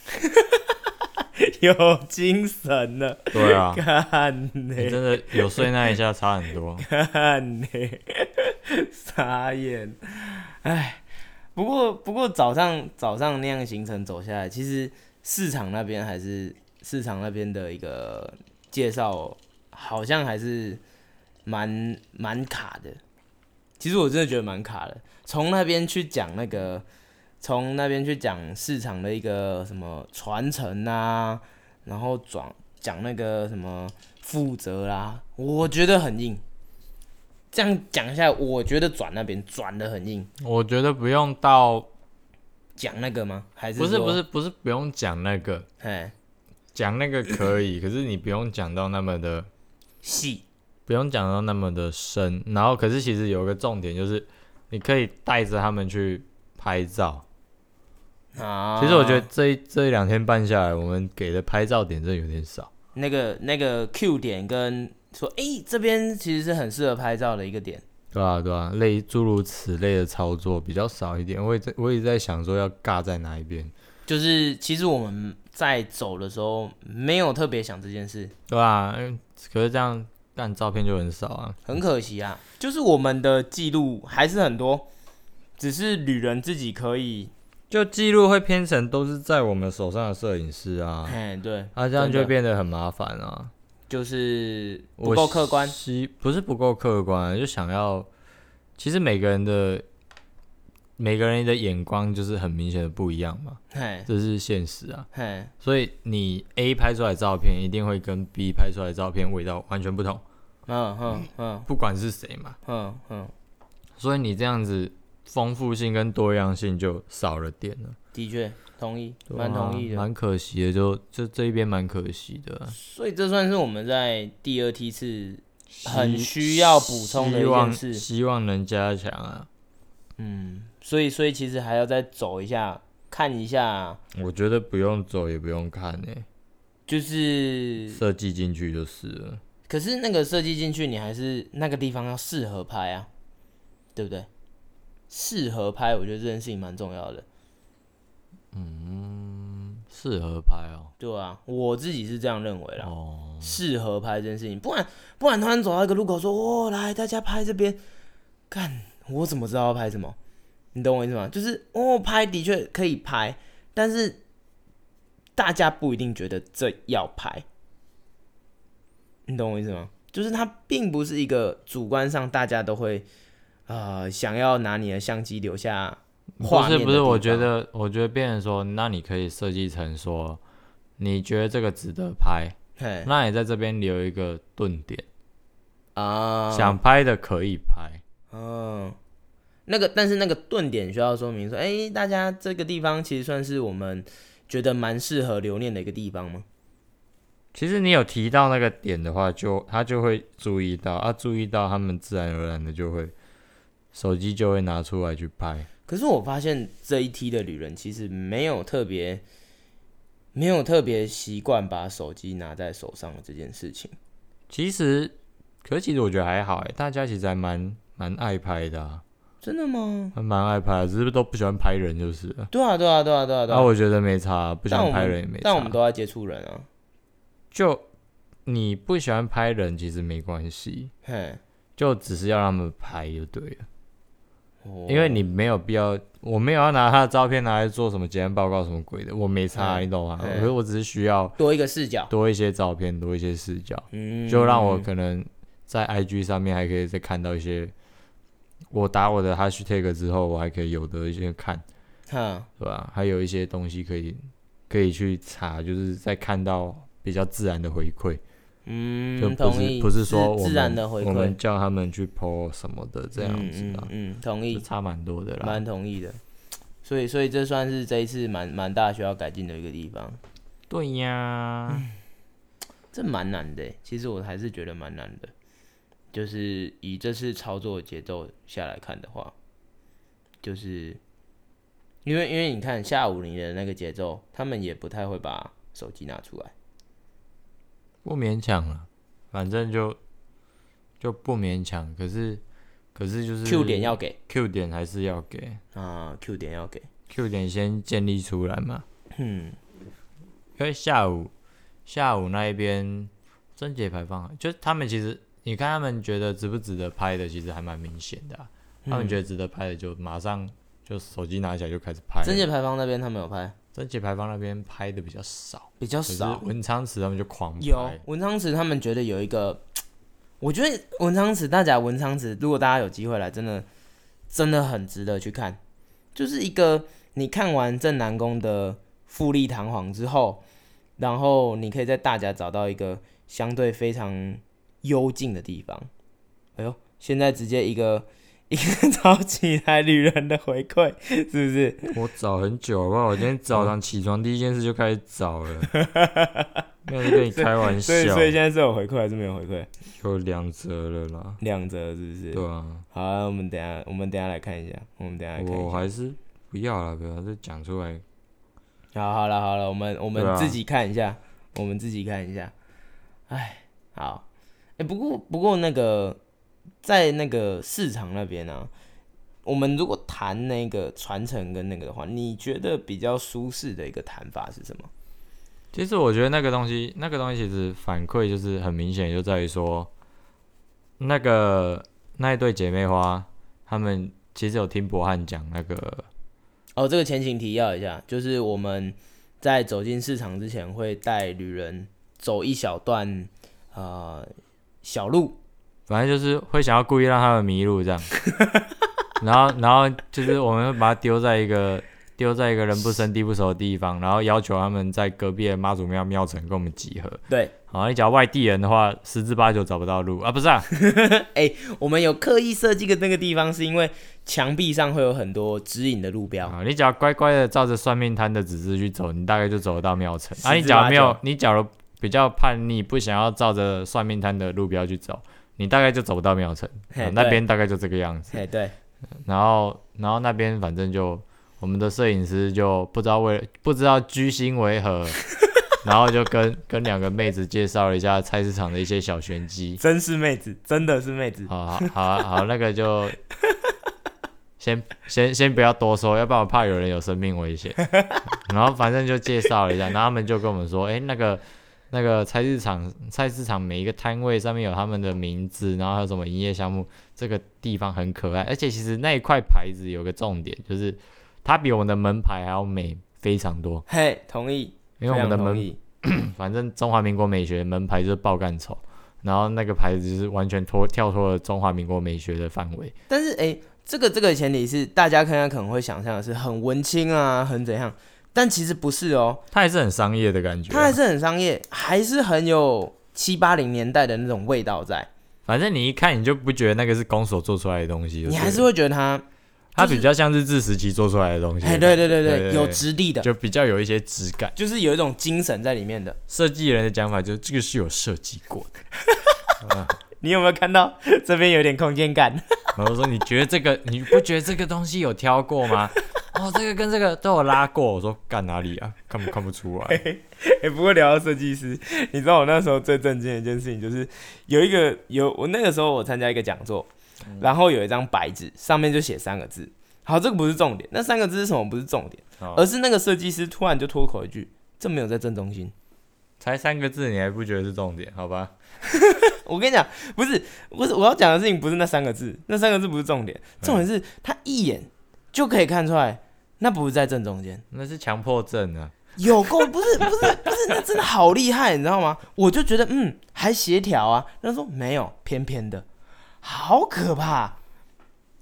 [SPEAKER 2] 有精神了。
[SPEAKER 1] 对啊，
[SPEAKER 2] 看呢、
[SPEAKER 1] 你真的有睡那一下差很 多。
[SPEAKER 2] 看呢、傻眼。哎，不过不过早上早上那样行程走下来，其实市场那边还是市场那边的一个介绍，好像还是蛮蛮卡的。其实我真的觉得蛮卡的，从那边去讲那个，从那边去讲市场的一个什么传承啊，然后转讲那个什么负责啦、我觉得很硬。这样讲一下来，我觉得转那边转的很硬，
[SPEAKER 1] 我觉得不用到，
[SPEAKER 2] 讲那个吗？还是
[SPEAKER 1] 不是
[SPEAKER 2] 说
[SPEAKER 1] 不是，不是不用讲那个，
[SPEAKER 2] 哎，
[SPEAKER 1] 讲那个可以，可是你不用讲到那么的，
[SPEAKER 2] 细
[SPEAKER 1] 不用讲到那么的深。然后可是其实有一个重点就是，你可以带着他们去拍照。
[SPEAKER 2] 啊。
[SPEAKER 1] 其实我觉得这一这一两天办下来，我们给的拍照点真的有点少。
[SPEAKER 2] 那个那个 Q 点跟说，哎、这边其实是很适合拍照的一个点。
[SPEAKER 1] 对啊，对啊，类诸如此类的操作比较少一点。我也在，我也在想说要尬在哪一边，
[SPEAKER 2] 就是其实我们在走的时候没有特别想这件事，
[SPEAKER 1] 对啊，嗯可是这样但照片就很少啊。
[SPEAKER 2] 很可惜啊。就是我们的记录还是很多，只是旅人自己可以，
[SPEAKER 1] 就记录会偏成都是在我们手上的摄影师啊，
[SPEAKER 2] 哎、对，
[SPEAKER 1] 啊，这样
[SPEAKER 2] 真
[SPEAKER 1] 就
[SPEAKER 2] 的
[SPEAKER 1] 变得很麻烦啊，
[SPEAKER 2] 就是不
[SPEAKER 1] 我
[SPEAKER 2] 够客观。
[SPEAKER 1] 啊希不是不够客观，就想要，其实每个人的每个人的眼光就是很明显的不一样嘛，
[SPEAKER 2] 嘿，
[SPEAKER 1] 这是现实啊。
[SPEAKER 2] 嘿，
[SPEAKER 1] 所以你 A 拍出来的照片一定会跟 B 拍出来的照片味道完全不同，
[SPEAKER 2] 嗯嗯嗯
[SPEAKER 1] 不管是谁嘛。
[SPEAKER 2] 嗯嗯，
[SPEAKER 1] 所以你这样子丰富性跟多样性就少了点了，
[SPEAKER 2] 的确同意，
[SPEAKER 1] 对啊
[SPEAKER 2] 蛮同意的。
[SPEAKER 1] 蛮可惜的，就就这一边蛮可惜的啊。
[SPEAKER 2] 所以这算是我们在第二梯次很需要补充的一
[SPEAKER 1] 希望
[SPEAKER 2] 件事。
[SPEAKER 1] 希望能加强啊。
[SPEAKER 2] 嗯，所以所以其实还要再走一下，看一下，
[SPEAKER 1] 我觉得不用走也不用看欸诶、
[SPEAKER 2] 就是
[SPEAKER 1] 设计进去就是了。
[SPEAKER 2] 可是那个设计进去，你还是那个地方要适合拍啊，对不对？适合拍，我觉得这件事情蛮重要的。
[SPEAKER 1] 适合拍哦。
[SPEAKER 2] 对啊，我自己是这样认为啦。
[SPEAKER 1] 哦，
[SPEAKER 2] 适合拍这件事情，不然不然突然走到一个路口说：“哦，来大家拍这边。”干，我怎么知道要拍什么？你懂我意思吗？就是哦，拍的确可以拍，但是大家不一定觉得这要拍。你懂我意思吗？就是它并不是一个主观上大家都会呃想要拿你的相机留下
[SPEAKER 1] 不
[SPEAKER 2] 画面
[SPEAKER 1] 是
[SPEAKER 2] 的
[SPEAKER 1] 不是，
[SPEAKER 2] 地
[SPEAKER 1] 我
[SPEAKER 2] 方
[SPEAKER 1] 觉得我觉得变成说，那你可以设计成说，你觉得这个值得拍，
[SPEAKER 2] 嘿
[SPEAKER 1] 那你在这边留一个顿点，
[SPEAKER 2] 啊
[SPEAKER 1] 想拍的可以拍。
[SPEAKER 2] 嗯，那个，但是那个顿点需要说明说，哎、大家这个地方其实算是我们觉得蛮适合留念的一个地方吗？
[SPEAKER 1] 其实你有提到那个点的话，就他就会注意到，啊，注意到他们自然而然的就会，手机就会拿出来去拍。
[SPEAKER 2] 可是我发现这一梯的旅人其实没有特别，没有特别习惯把手机拿在手上的这件事情。
[SPEAKER 1] 其实，可是其实我觉得还好哎，大家其实还蛮蛮爱拍的、啊，
[SPEAKER 2] 真的吗？
[SPEAKER 1] 还蛮爱拍的，只是都不喜欢拍人就是了。
[SPEAKER 2] 对啊，对啊，对啊，对啊，对
[SPEAKER 1] 那、
[SPEAKER 2] 啊。
[SPEAKER 1] 我觉得没差，不喜欢拍人也没差。
[SPEAKER 2] 但我们都在接触人啊，
[SPEAKER 1] 就你不喜欢拍人，其实没关系，
[SPEAKER 2] 嘿，
[SPEAKER 1] 就只是要让他们拍就对了，
[SPEAKER 2] 哦
[SPEAKER 1] 因为你没有必要，我没有要拿他的照片拿来做什么检验报告什么鬼的，我没差，
[SPEAKER 2] 嗯
[SPEAKER 1] 你懂吗？
[SPEAKER 2] 嗯
[SPEAKER 1] 可是我只是需要
[SPEAKER 2] 多一个视角，
[SPEAKER 1] 多一些照片，多一些视角，
[SPEAKER 2] 嗯，
[SPEAKER 1] 就让我可能在 IG 上面还可以再看到一些。我打我的 hashtag 之后，我还可以有的一些看，
[SPEAKER 2] 哈，
[SPEAKER 1] 对吧？还有一些东西可以可以去查，就是再看到比较自然的回馈。
[SPEAKER 2] 嗯，
[SPEAKER 1] 就不
[SPEAKER 2] 同意
[SPEAKER 1] 是不是说我
[SPEAKER 2] 自
[SPEAKER 1] 们
[SPEAKER 2] 自然的回
[SPEAKER 1] 我
[SPEAKER 2] 馈
[SPEAKER 1] 们，叫他们去 PO 什么的这样子
[SPEAKER 2] 嗯
[SPEAKER 1] 啊，
[SPEAKER 2] 嗯嗯，同意
[SPEAKER 1] 就，差蛮多的啦。
[SPEAKER 2] 蛮同意的。所以，所以这算是这一次蛮蛮大需要改进的一个地方，
[SPEAKER 1] 对呀，
[SPEAKER 2] 这蛮难的欸。其实我还是觉得蛮难的，就是以这次操作节奏下来看的话，就是因为因为你看下午你的那个节奏，他们也不太会把手机拿出来。
[SPEAKER 1] 不勉强了，反正就就不勉强。可是可是就是
[SPEAKER 2] Q 点要给
[SPEAKER 1] Q 点还是要给
[SPEAKER 2] 啊，Q 点要给，
[SPEAKER 1] Q 点先建立出来嘛，
[SPEAKER 2] 嗯，
[SPEAKER 1] 因为下午下午那一边贞节牌坊，就是他们其实你看他们觉得值不值得拍的，其实还蛮明显的啊、他
[SPEAKER 2] 嗯
[SPEAKER 1] 们觉得值得拍的就马上就手机拿起来就开始拍了，
[SPEAKER 2] 贞节牌坊那边他们有拍，
[SPEAKER 1] 整体牌坊那边拍的比较少，
[SPEAKER 2] 比较
[SPEAKER 1] 可是
[SPEAKER 2] 少，
[SPEAKER 1] 文昌池他们就狂拍。
[SPEAKER 2] 有文昌池，他们觉得有一个，我觉得文昌池，大家文昌池，如果大家有机会来，真的真的很值得去看，就是一个你看完正南宫的富丽堂皇之后，然后你可以在大家找到一个相对非常幽静的地方。哎呦，现在直接一个 一个早起来旅人的回馈，是不是？
[SPEAKER 1] 我找很久好不好？我今天早上起床第一件事就开始找 了，没有在跟你开玩笑
[SPEAKER 2] 所，以所以现在是有回馈还是没有回馈？
[SPEAKER 1] 有两折了啦。
[SPEAKER 2] 两折是不是？
[SPEAKER 1] 对啊，
[SPEAKER 2] 好、啊，我们等一下，我们等一下来看一下，我们等一下来看
[SPEAKER 1] 我
[SPEAKER 2] 一下。
[SPEAKER 1] 还是不要了，不要再讲出来。
[SPEAKER 2] 好，好了，好了，我们我
[SPEAKER 1] 对
[SPEAKER 2] 们
[SPEAKER 1] 啊
[SPEAKER 2] 自己看一下，我们自己看一下。哎，好，哎、不过不过那个在那个市场那边啊，我们如果谈那个传承跟那个的话，你觉得比较舒适的一个谈法是什么？
[SPEAKER 1] 其实我觉得那个东西，那个东西其实反馈就是很明显，就在于说，那个那一对姐妹花，她们其实有听博汉讲那个
[SPEAKER 2] 哦，这个前情提要一下，就是我们在走进市场之前，会带旅人走一小段呃小路，
[SPEAKER 1] 反正就是会想要故意让他们迷路这样，然后然后就是我们会把它丢在一个丢在一个人不生地不熟的地方，然后要求他们在隔壁的妈祖庙庙城跟我们集合。
[SPEAKER 3] 对，
[SPEAKER 1] 好，你讲外地人的话，十之八九找不到路啊，不是啊，
[SPEAKER 3] 我们有刻意设计的那个地方，是因为墙壁上会有很多指引的路标。
[SPEAKER 1] 啊，你只要乖乖的照着算命摊的指示去走，你大概就走得到庙城。啊，
[SPEAKER 3] 十
[SPEAKER 1] 你
[SPEAKER 3] 之
[SPEAKER 1] 假
[SPEAKER 3] 八
[SPEAKER 1] 如没有
[SPEAKER 3] 九，
[SPEAKER 1] 你假如比较叛逆，不想要照着算命摊的路标去走，你大概就走不到庙城、
[SPEAKER 3] 嘿
[SPEAKER 1] 啊那
[SPEAKER 3] 对
[SPEAKER 1] 边大概就这个样子。
[SPEAKER 3] 哎，对，
[SPEAKER 1] 然后，然后那边反正就我们的摄影师就不知道为不知道居心为 何，然后就跟跟两个妹子介绍了一下菜市场的一些小玄机。
[SPEAKER 2] 真是妹子，真的是妹子。
[SPEAKER 1] 好好好啊好，那个就先先先不要多说，要不然我怕有人有生命危险。然后反正就介绍了一下，然后他们就跟我们说，哎、那个那个菜市场菜市场每一个摊位上面有他们的名字，然后还有什么营业项目，这个地方很可爱。而且其实那一块牌子有个重点，就是它比我们的门牌还要美非常多，
[SPEAKER 2] 嘿，同意，
[SPEAKER 1] 因为我们
[SPEAKER 2] 非
[SPEAKER 1] 的
[SPEAKER 2] 常同
[SPEAKER 1] 门
[SPEAKER 2] 意。
[SPEAKER 1] 反正中华民国美学门牌就是爆干丑。然后那个牌子就是完全脱跳脱了中华民国美学的范围，
[SPEAKER 3] 但是哎，这个这个前提是大家可能可能会想象的是很文青啊，很怎样，但其实不是哦，
[SPEAKER 1] 它还是很商业的感觉啊。
[SPEAKER 3] 它还是很商业，还是很有七八零年代的那种味道在，
[SPEAKER 1] 反正你一看你就不觉得那个是宫手做出来的东西就对
[SPEAKER 3] 你
[SPEAKER 1] 了，
[SPEAKER 3] 还是会觉得它，
[SPEAKER 1] 它
[SPEAKER 3] 就是
[SPEAKER 1] 比较像日治时期做出来的东西。
[SPEAKER 3] 哎，对对对
[SPEAKER 1] 对
[SPEAKER 3] 对，
[SPEAKER 1] 对
[SPEAKER 3] 有质地的，
[SPEAKER 1] 就比较有一些质感。
[SPEAKER 3] 就是有一种精神在里面的。
[SPEAKER 1] 设计人的讲法就是这个是有设计过的。
[SPEAKER 2] 你有没有看到 这边有点空间感？
[SPEAKER 1] 然后说你觉得这个你不觉得这个东西有挑过吗？ 哦，这个跟这个都有拉过。我说干哪里啊？看不看不出来？
[SPEAKER 2] 哎、不过聊到设计师，你知道我那时候最震惊的一件事情，就是有一个有我那个时候我参加一个讲座，然后有一张白纸，上面就写三个字。好，这个不是重点，那三个字是什么不是重点，
[SPEAKER 1] 哦
[SPEAKER 2] 而是那个设计师突然就脱口一句：“这没有在正中心。
[SPEAKER 1] 才三个字你还不觉得是重点？好吧？”
[SPEAKER 2] 我跟你讲，不是，不是我要讲的事情，不是那三个字，那三个字不是重点，重点是他一眼就可以看出来，那不是在正中间。
[SPEAKER 1] 那是强迫症啊。
[SPEAKER 3] 有够不是不是不是，那真的好厉害，你知道吗？我就觉得嗯，还协调啊。他说没有，偏偏的，好可怕。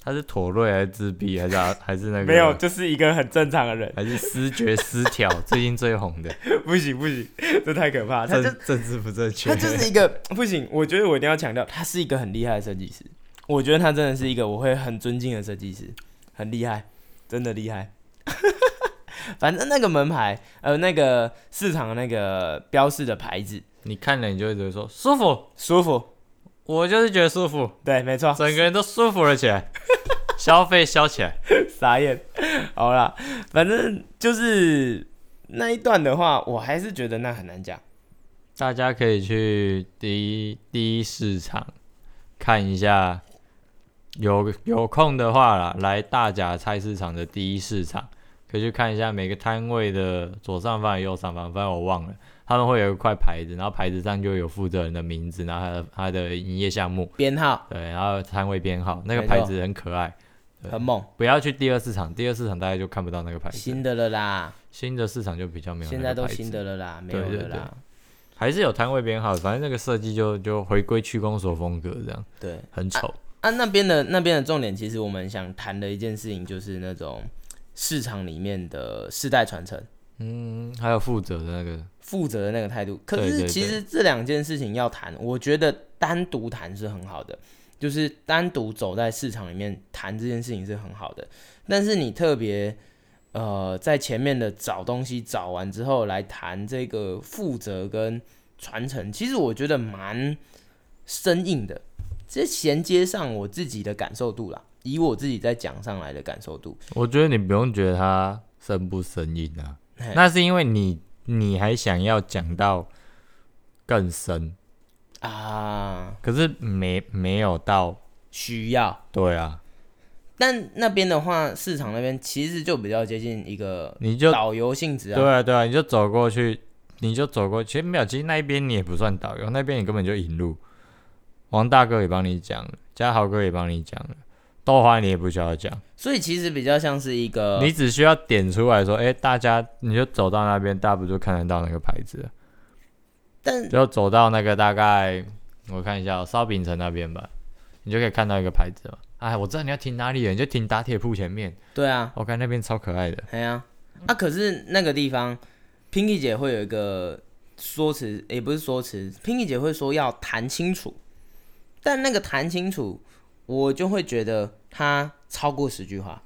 [SPEAKER 1] 他是妥瑞还是自闭还是啊还是那个
[SPEAKER 2] 没有，就是一个很正常的人。
[SPEAKER 1] 还是失觉失调？最近最红的
[SPEAKER 2] 不行不行，这太可怕，他
[SPEAKER 1] 政
[SPEAKER 2] 就
[SPEAKER 1] 政治不正确
[SPEAKER 3] 他。就是一个，
[SPEAKER 2] 不行，我觉得我一定要强调，他是一个很厉害的设计师。我觉得他真的是一个我会很尊敬的设计师，很厉害，真的厉害。
[SPEAKER 3] 反正那个门牌，
[SPEAKER 2] 呃，那个市场的那个标示的牌子
[SPEAKER 1] 你看了你就会觉得说舒服，
[SPEAKER 2] 舒服，
[SPEAKER 1] 我就是觉得舒服，
[SPEAKER 2] 对，没错，
[SPEAKER 1] 整个人都舒服了起 来，消费消起来。
[SPEAKER 2] 傻眼。好啦，反正就是那一段的话，我还是觉得那很难讲。
[SPEAKER 1] 大家可以去第一第一市场看一下，有有空的话啦，来大甲菜市场的第一市场，可以去看一下每个摊位的左上方、右上方，反正我忘了，他们会有一块牌子，然后牌子上就有负责人的名字，然后他的他的营业项目，
[SPEAKER 3] 编号
[SPEAKER 1] 对，然后摊位编号，那个
[SPEAKER 3] 没错
[SPEAKER 1] 牌子很可爱。
[SPEAKER 3] 很猛，
[SPEAKER 1] 不要去第二市场，第二市场大家就看不到那个牌子。
[SPEAKER 3] 新的了啦，
[SPEAKER 1] 新的市场就比较没有那
[SPEAKER 3] 现
[SPEAKER 1] 个
[SPEAKER 3] 在都
[SPEAKER 1] 牌子
[SPEAKER 3] 新的了啦，没有
[SPEAKER 1] 对对
[SPEAKER 3] 了啦。
[SPEAKER 1] 还是有摊位编号，反正那个设计就就回归区公所风格这样，
[SPEAKER 3] 对
[SPEAKER 1] 很丑。
[SPEAKER 3] 啊，那边的那边的重点，其实我们想谈的一件事情就是那种市场里面的世代传承。
[SPEAKER 1] 嗯，还有负责的那个，
[SPEAKER 3] 负责的那个态度。可
[SPEAKER 1] 对对
[SPEAKER 3] 是
[SPEAKER 1] 对
[SPEAKER 3] 其实这两件事情要谈，我觉得单独谈是很好的，就是单独走在市场里面谈这件事情是很好的。但是你特别呃在前面的找东西找完之后来谈这个负责跟传承，其实我觉得蛮生硬的。这衔接上我自己的感受度啦，以我自己在讲上来的感受度，
[SPEAKER 1] 我觉得你不用觉得它生不生硬啊
[SPEAKER 3] 嘿，
[SPEAKER 1] 那是因为你你还想要讲到更深，
[SPEAKER 3] 啊，
[SPEAKER 1] 可是没没有到，
[SPEAKER 3] 需要
[SPEAKER 1] 对啊，
[SPEAKER 3] 但那边的话，市场那边其实就比较接近一个
[SPEAKER 1] 你就
[SPEAKER 3] 导游性质
[SPEAKER 1] 对
[SPEAKER 3] 啊，
[SPEAKER 1] 啊对啊，你就走过去，你就走过去，其实没有，其实那一边你也不算导游，那边你根本就引路，王大哥也帮你讲了，嘉豪哥也帮你讲了，豆花你也不需要讲。
[SPEAKER 3] 所以其实比较像是一个
[SPEAKER 1] 呃你只需要点出来说，哎、大家你就走到那边，大家不就看得到那个牌子了？
[SPEAKER 3] 但
[SPEAKER 1] 就走到那个大概，我看一下哦烧、饼城那边吧，你就可以看到一个牌子嘛，哎，我知道你要停哪里了，你就停打铁铺前面。
[SPEAKER 2] 对啊，
[SPEAKER 1] 我看那边超可爱的，
[SPEAKER 2] 哎呀、啊，可是那个地方，Pinky 姐会有一个说辞，也不是说辞，Pinky 姐会说要谈清楚，但那个谈清楚，我就会觉得她超过十句话，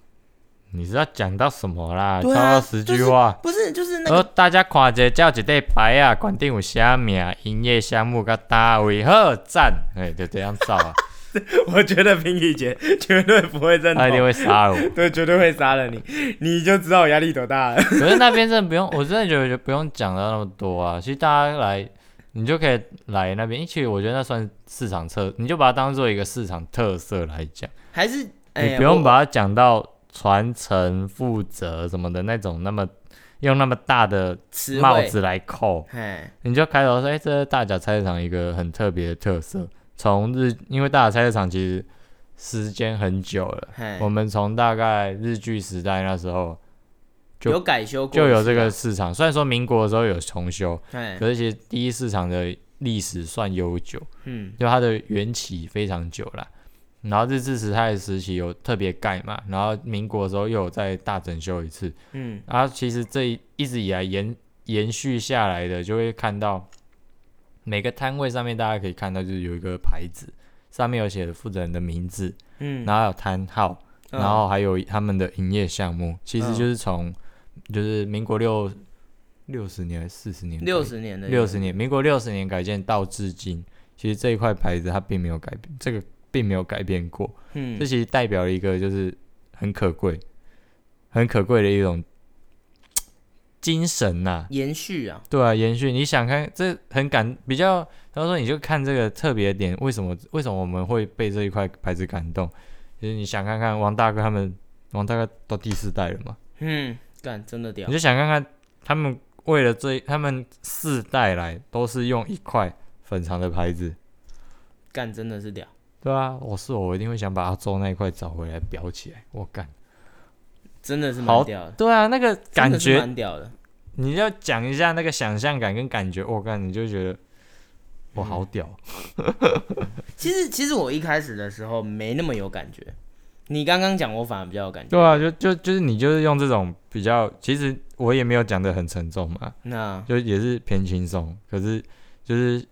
[SPEAKER 1] 你是要讲到什么啦？
[SPEAKER 2] 对
[SPEAKER 1] 超
[SPEAKER 2] 啊
[SPEAKER 1] 到十句话。
[SPEAKER 2] 不是就是那
[SPEAKER 1] 而
[SPEAKER 2] 个
[SPEAKER 1] 大家看者叫一块牌啊，管定有啥名、营业项目甲单位好赞，哎、就这样照 啊，
[SPEAKER 4] 我觉得平底姐绝对不会认
[SPEAKER 2] 哦
[SPEAKER 1] 他一定
[SPEAKER 4] 同，
[SPEAKER 1] 啊会杀我。
[SPEAKER 4] 对，绝对会杀了你，你就知道我压力多大了。
[SPEAKER 1] 可是那边真的不用，我真的觉得不用讲到那么多啊。其实大家来，你就可以来那边。其实我觉得那算市场特，你就把它当做一个市场特色来讲，
[SPEAKER 2] 还是哎、
[SPEAKER 1] 你不用
[SPEAKER 2] 我
[SPEAKER 1] 把它讲到传承、负责什么的那种那么用那么大的
[SPEAKER 2] 词
[SPEAKER 1] 帽
[SPEAKER 2] 汇，
[SPEAKER 1] 子来扣。
[SPEAKER 2] 哎，
[SPEAKER 1] 你就开头说，哎、这是大甲菜市场一个很特别的特色。从日，因为大甲菜市场其实时间很久了，
[SPEAKER 2] 哎
[SPEAKER 1] 我，们从大概日据时代那时候就
[SPEAKER 2] 有改修过，啊
[SPEAKER 1] 就有这个，市场。虽然说民国的时候有重修，
[SPEAKER 2] 哎，
[SPEAKER 1] 可是其实第一市场的历史算悠久，
[SPEAKER 2] 嗯，
[SPEAKER 1] 就它的缘起非常久啦。然后日治时代的时期有特别盖嘛，然后民国的时候又有再大整修一次。
[SPEAKER 2] 嗯，
[SPEAKER 1] 然后其实这一一直以来延延续下来的，就会看到每个摊位上面大家可以看到，就是有一个牌子，上面有写负责人的名字，
[SPEAKER 2] 嗯，
[SPEAKER 1] 然后还有摊号，
[SPEAKER 2] 嗯
[SPEAKER 1] 然后还有他们的营业项目，其实就是从就是民国六六十年、四十年、
[SPEAKER 2] 六十年的
[SPEAKER 1] 六十年，民国六十年改建到至今，其实这一块牌子它并没有改变，这个并没有改变过，
[SPEAKER 2] 嗯
[SPEAKER 1] 这其实代表了一个就是很可贵、很可贵的一种精神呐、
[SPEAKER 2] 延续啊，
[SPEAKER 1] 对啊，延续你想看，这很感比较，他说你就看这个特别点，为什么为什么我们会被这一块牌子感动？就是你想看看王大哥他们，王大哥到第四代了嘛，
[SPEAKER 2] 嗯，干真的屌
[SPEAKER 1] 你，就想看看他们为了这他们四代来都是用一块粉肠的牌子，
[SPEAKER 2] 干真的是屌，
[SPEAKER 1] 对啊，我是我，我一定会想把阿周那一块找回来裱起来，我干，
[SPEAKER 2] 真的是
[SPEAKER 1] 好
[SPEAKER 2] 蛮屌的，
[SPEAKER 1] 对啊，那个
[SPEAKER 2] 真
[SPEAKER 1] 感
[SPEAKER 2] 的是
[SPEAKER 1] 觉
[SPEAKER 2] 蛮屌的，
[SPEAKER 1] 你要讲一下那个想象感跟感觉，我干你就觉得我好屌，
[SPEAKER 2] 其实，其实我一开始的时候没那么有感觉，你刚刚讲我反而比较有感觉。
[SPEAKER 1] 对啊，就就就是你就是用这种比较，其实我也没有讲的很沉重嘛，
[SPEAKER 2] 那
[SPEAKER 1] 就也是偏轻松。可是就是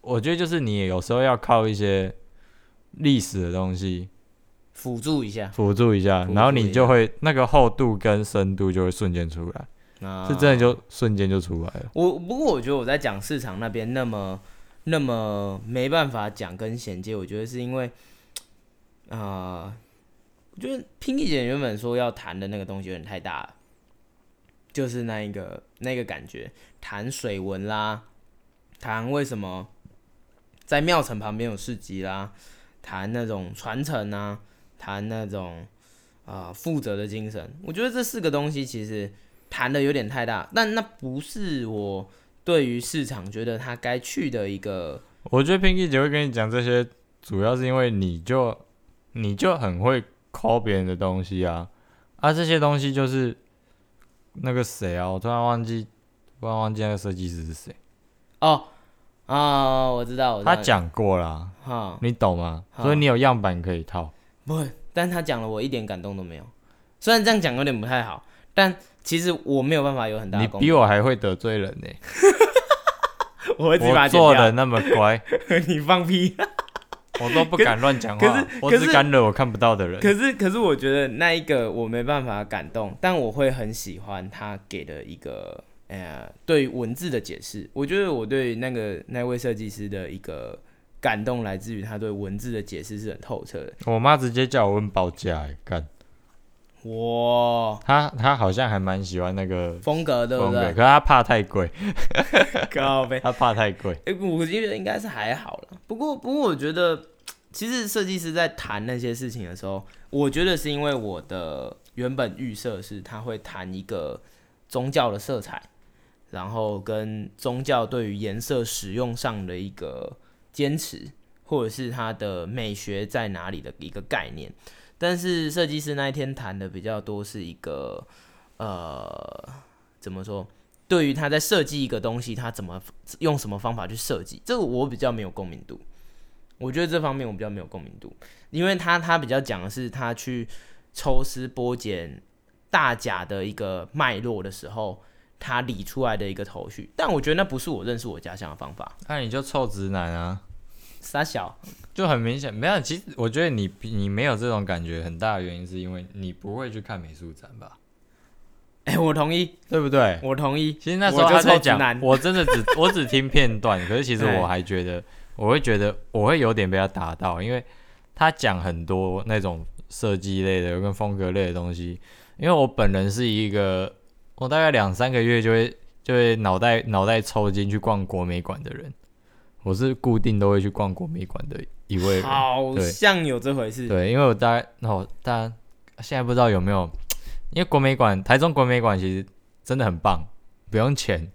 [SPEAKER 1] 我觉得就是你有时候要靠一些历史的东西
[SPEAKER 2] 辅助一下，
[SPEAKER 1] 辅助一下，
[SPEAKER 2] 辅助
[SPEAKER 1] 然后你
[SPEAKER 2] 一
[SPEAKER 1] 就
[SPEAKER 2] 下
[SPEAKER 1] 会那个厚度跟深度就会瞬间出来，
[SPEAKER 2] 那
[SPEAKER 1] 是真的就瞬间就出来了。
[SPEAKER 2] 我不过我觉得我在讲市场那边那么那么没办法讲跟衔接，我觉得是因为，啊、我觉得 Pinky 姐原本说要谈的那个东西有点太大了，就是那一个那个感觉，谈水文啦，谈为什么在庙城旁边有市集啦，谈那种传承啊，谈那种啊、负责的精神，我觉得这四个东西其实。谈的有点太大，但那不是我对于市场觉得他该去的一个，
[SPEAKER 1] 我觉得 Pinky 姐会跟你讲这些，主要是因为你就你就很会抠别人的东西啊，啊，这些东西就是那个谁啊，我突然忘记，突然忘记那个设计师是谁，
[SPEAKER 2] 哦啊、我知道，我知道
[SPEAKER 1] 他讲过啦，
[SPEAKER 2] 哈，
[SPEAKER 1] 你懂吗？
[SPEAKER 2] 好
[SPEAKER 1] 所以你有样板可以套，
[SPEAKER 2] 不，但他讲了我一点感动都没有。虽然这样讲有点不太好，但其实我没有办法有很大
[SPEAKER 1] 你
[SPEAKER 2] 的贡
[SPEAKER 1] 比
[SPEAKER 2] 献。
[SPEAKER 1] 我还会得罪人呢、
[SPEAKER 4] 我 会自己把
[SPEAKER 1] 我
[SPEAKER 4] 它剪
[SPEAKER 1] 做的
[SPEAKER 4] 掉。
[SPEAKER 1] 那么 乖，
[SPEAKER 4] 你放屁！
[SPEAKER 1] 我都不敢乱讲
[SPEAKER 4] 可
[SPEAKER 1] 话
[SPEAKER 4] 是，
[SPEAKER 1] 我
[SPEAKER 4] 可
[SPEAKER 1] 只
[SPEAKER 4] 是
[SPEAKER 1] 敢惹我看不到的人。
[SPEAKER 4] 可
[SPEAKER 1] 可
[SPEAKER 4] 是可是我觉得那一个我没办法感
[SPEAKER 2] 感动，但我会很喜欢他给的一个呃对于文字的解释。我觉得我对那个那位设计师的一个感动来自于他对文字的解释是很透彻的。
[SPEAKER 1] 我妈直接叫我问报价、欸，干，
[SPEAKER 2] 哇，
[SPEAKER 1] 她她好像还蛮喜欢那个
[SPEAKER 2] 风格对不
[SPEAKER 1] 风格，
[SPEAKER 2] 对
[SPEAKER 1] 可？是她怕太贵，
[SPEAKER 4] 高呗。
[SPEAKER 1] 她怕太贵。
[SPEAKER 2] 诶，我觉得应该是还好了。不过，不过我觉得，其实设计师在谈那些事情的时候，我觉得是因为我的原本预设是他会谈一个宗教的色彩，然后跟宗教对于颜色使用上的一个坚持，或者是它的美学在哪里的一个概念。但是设计师那一天谈的比较多是一个，呃，怎么说？对于他在设计一个东西，他怎么用什么方法去设计，这个我比较没有共鸣度。
[SPEAKER 3] 我觉得这方面我比较没有共鸣度，因为他他比较讲的是他去抽丝剥茧大甲的一个脉络的时候，他理出来的一个头绪。但我觉得那不是我认识我家乡的方法。
[SPEAKER 1] 那、你就臭直男啊，
[SPEAKER 3] 傻小，
[SPEAKER 1] 就很明显。没有，其实我觉得你你没有这种感觉，很大的原因是因为你不会去看美术展吧，
[SPEAKER 3] 哎、我同意，
[SPEAKER 1] 对不对？
[SPEAKER 3] 我同意。
[SPEAKER 1] 其实那时候
[SPEAKER 3] 我就
[SPEAKER 1] 他在
[SPEAKER 3] 臭直
[SPEAKER 1] 讲
[SPEAKER 3] 男，
[SPEAKER 1] 我真的只 我只听片段，可是其实
[SPEAKER 3] 哎
[SPEAKER 1] 我还觉得，我会觉得我会有点被他打到，因为他讲很多那种设计类的跟风格类的东西，因为我本人是一个，我大概两三个月就会就会脑袋脑袋抽筋去逛国美馆的人，我是固定都会去逛国美馆的一位人，
[SPEAKER 3] 好
[SPEAKER 1] 对
[SPEAKER 3] 像有这回事。
[SPEAKER 1] 对，因为我大概哦，大家现在不知道有没有，因为国美馆台中国美馆其实真的很棒，不用钱。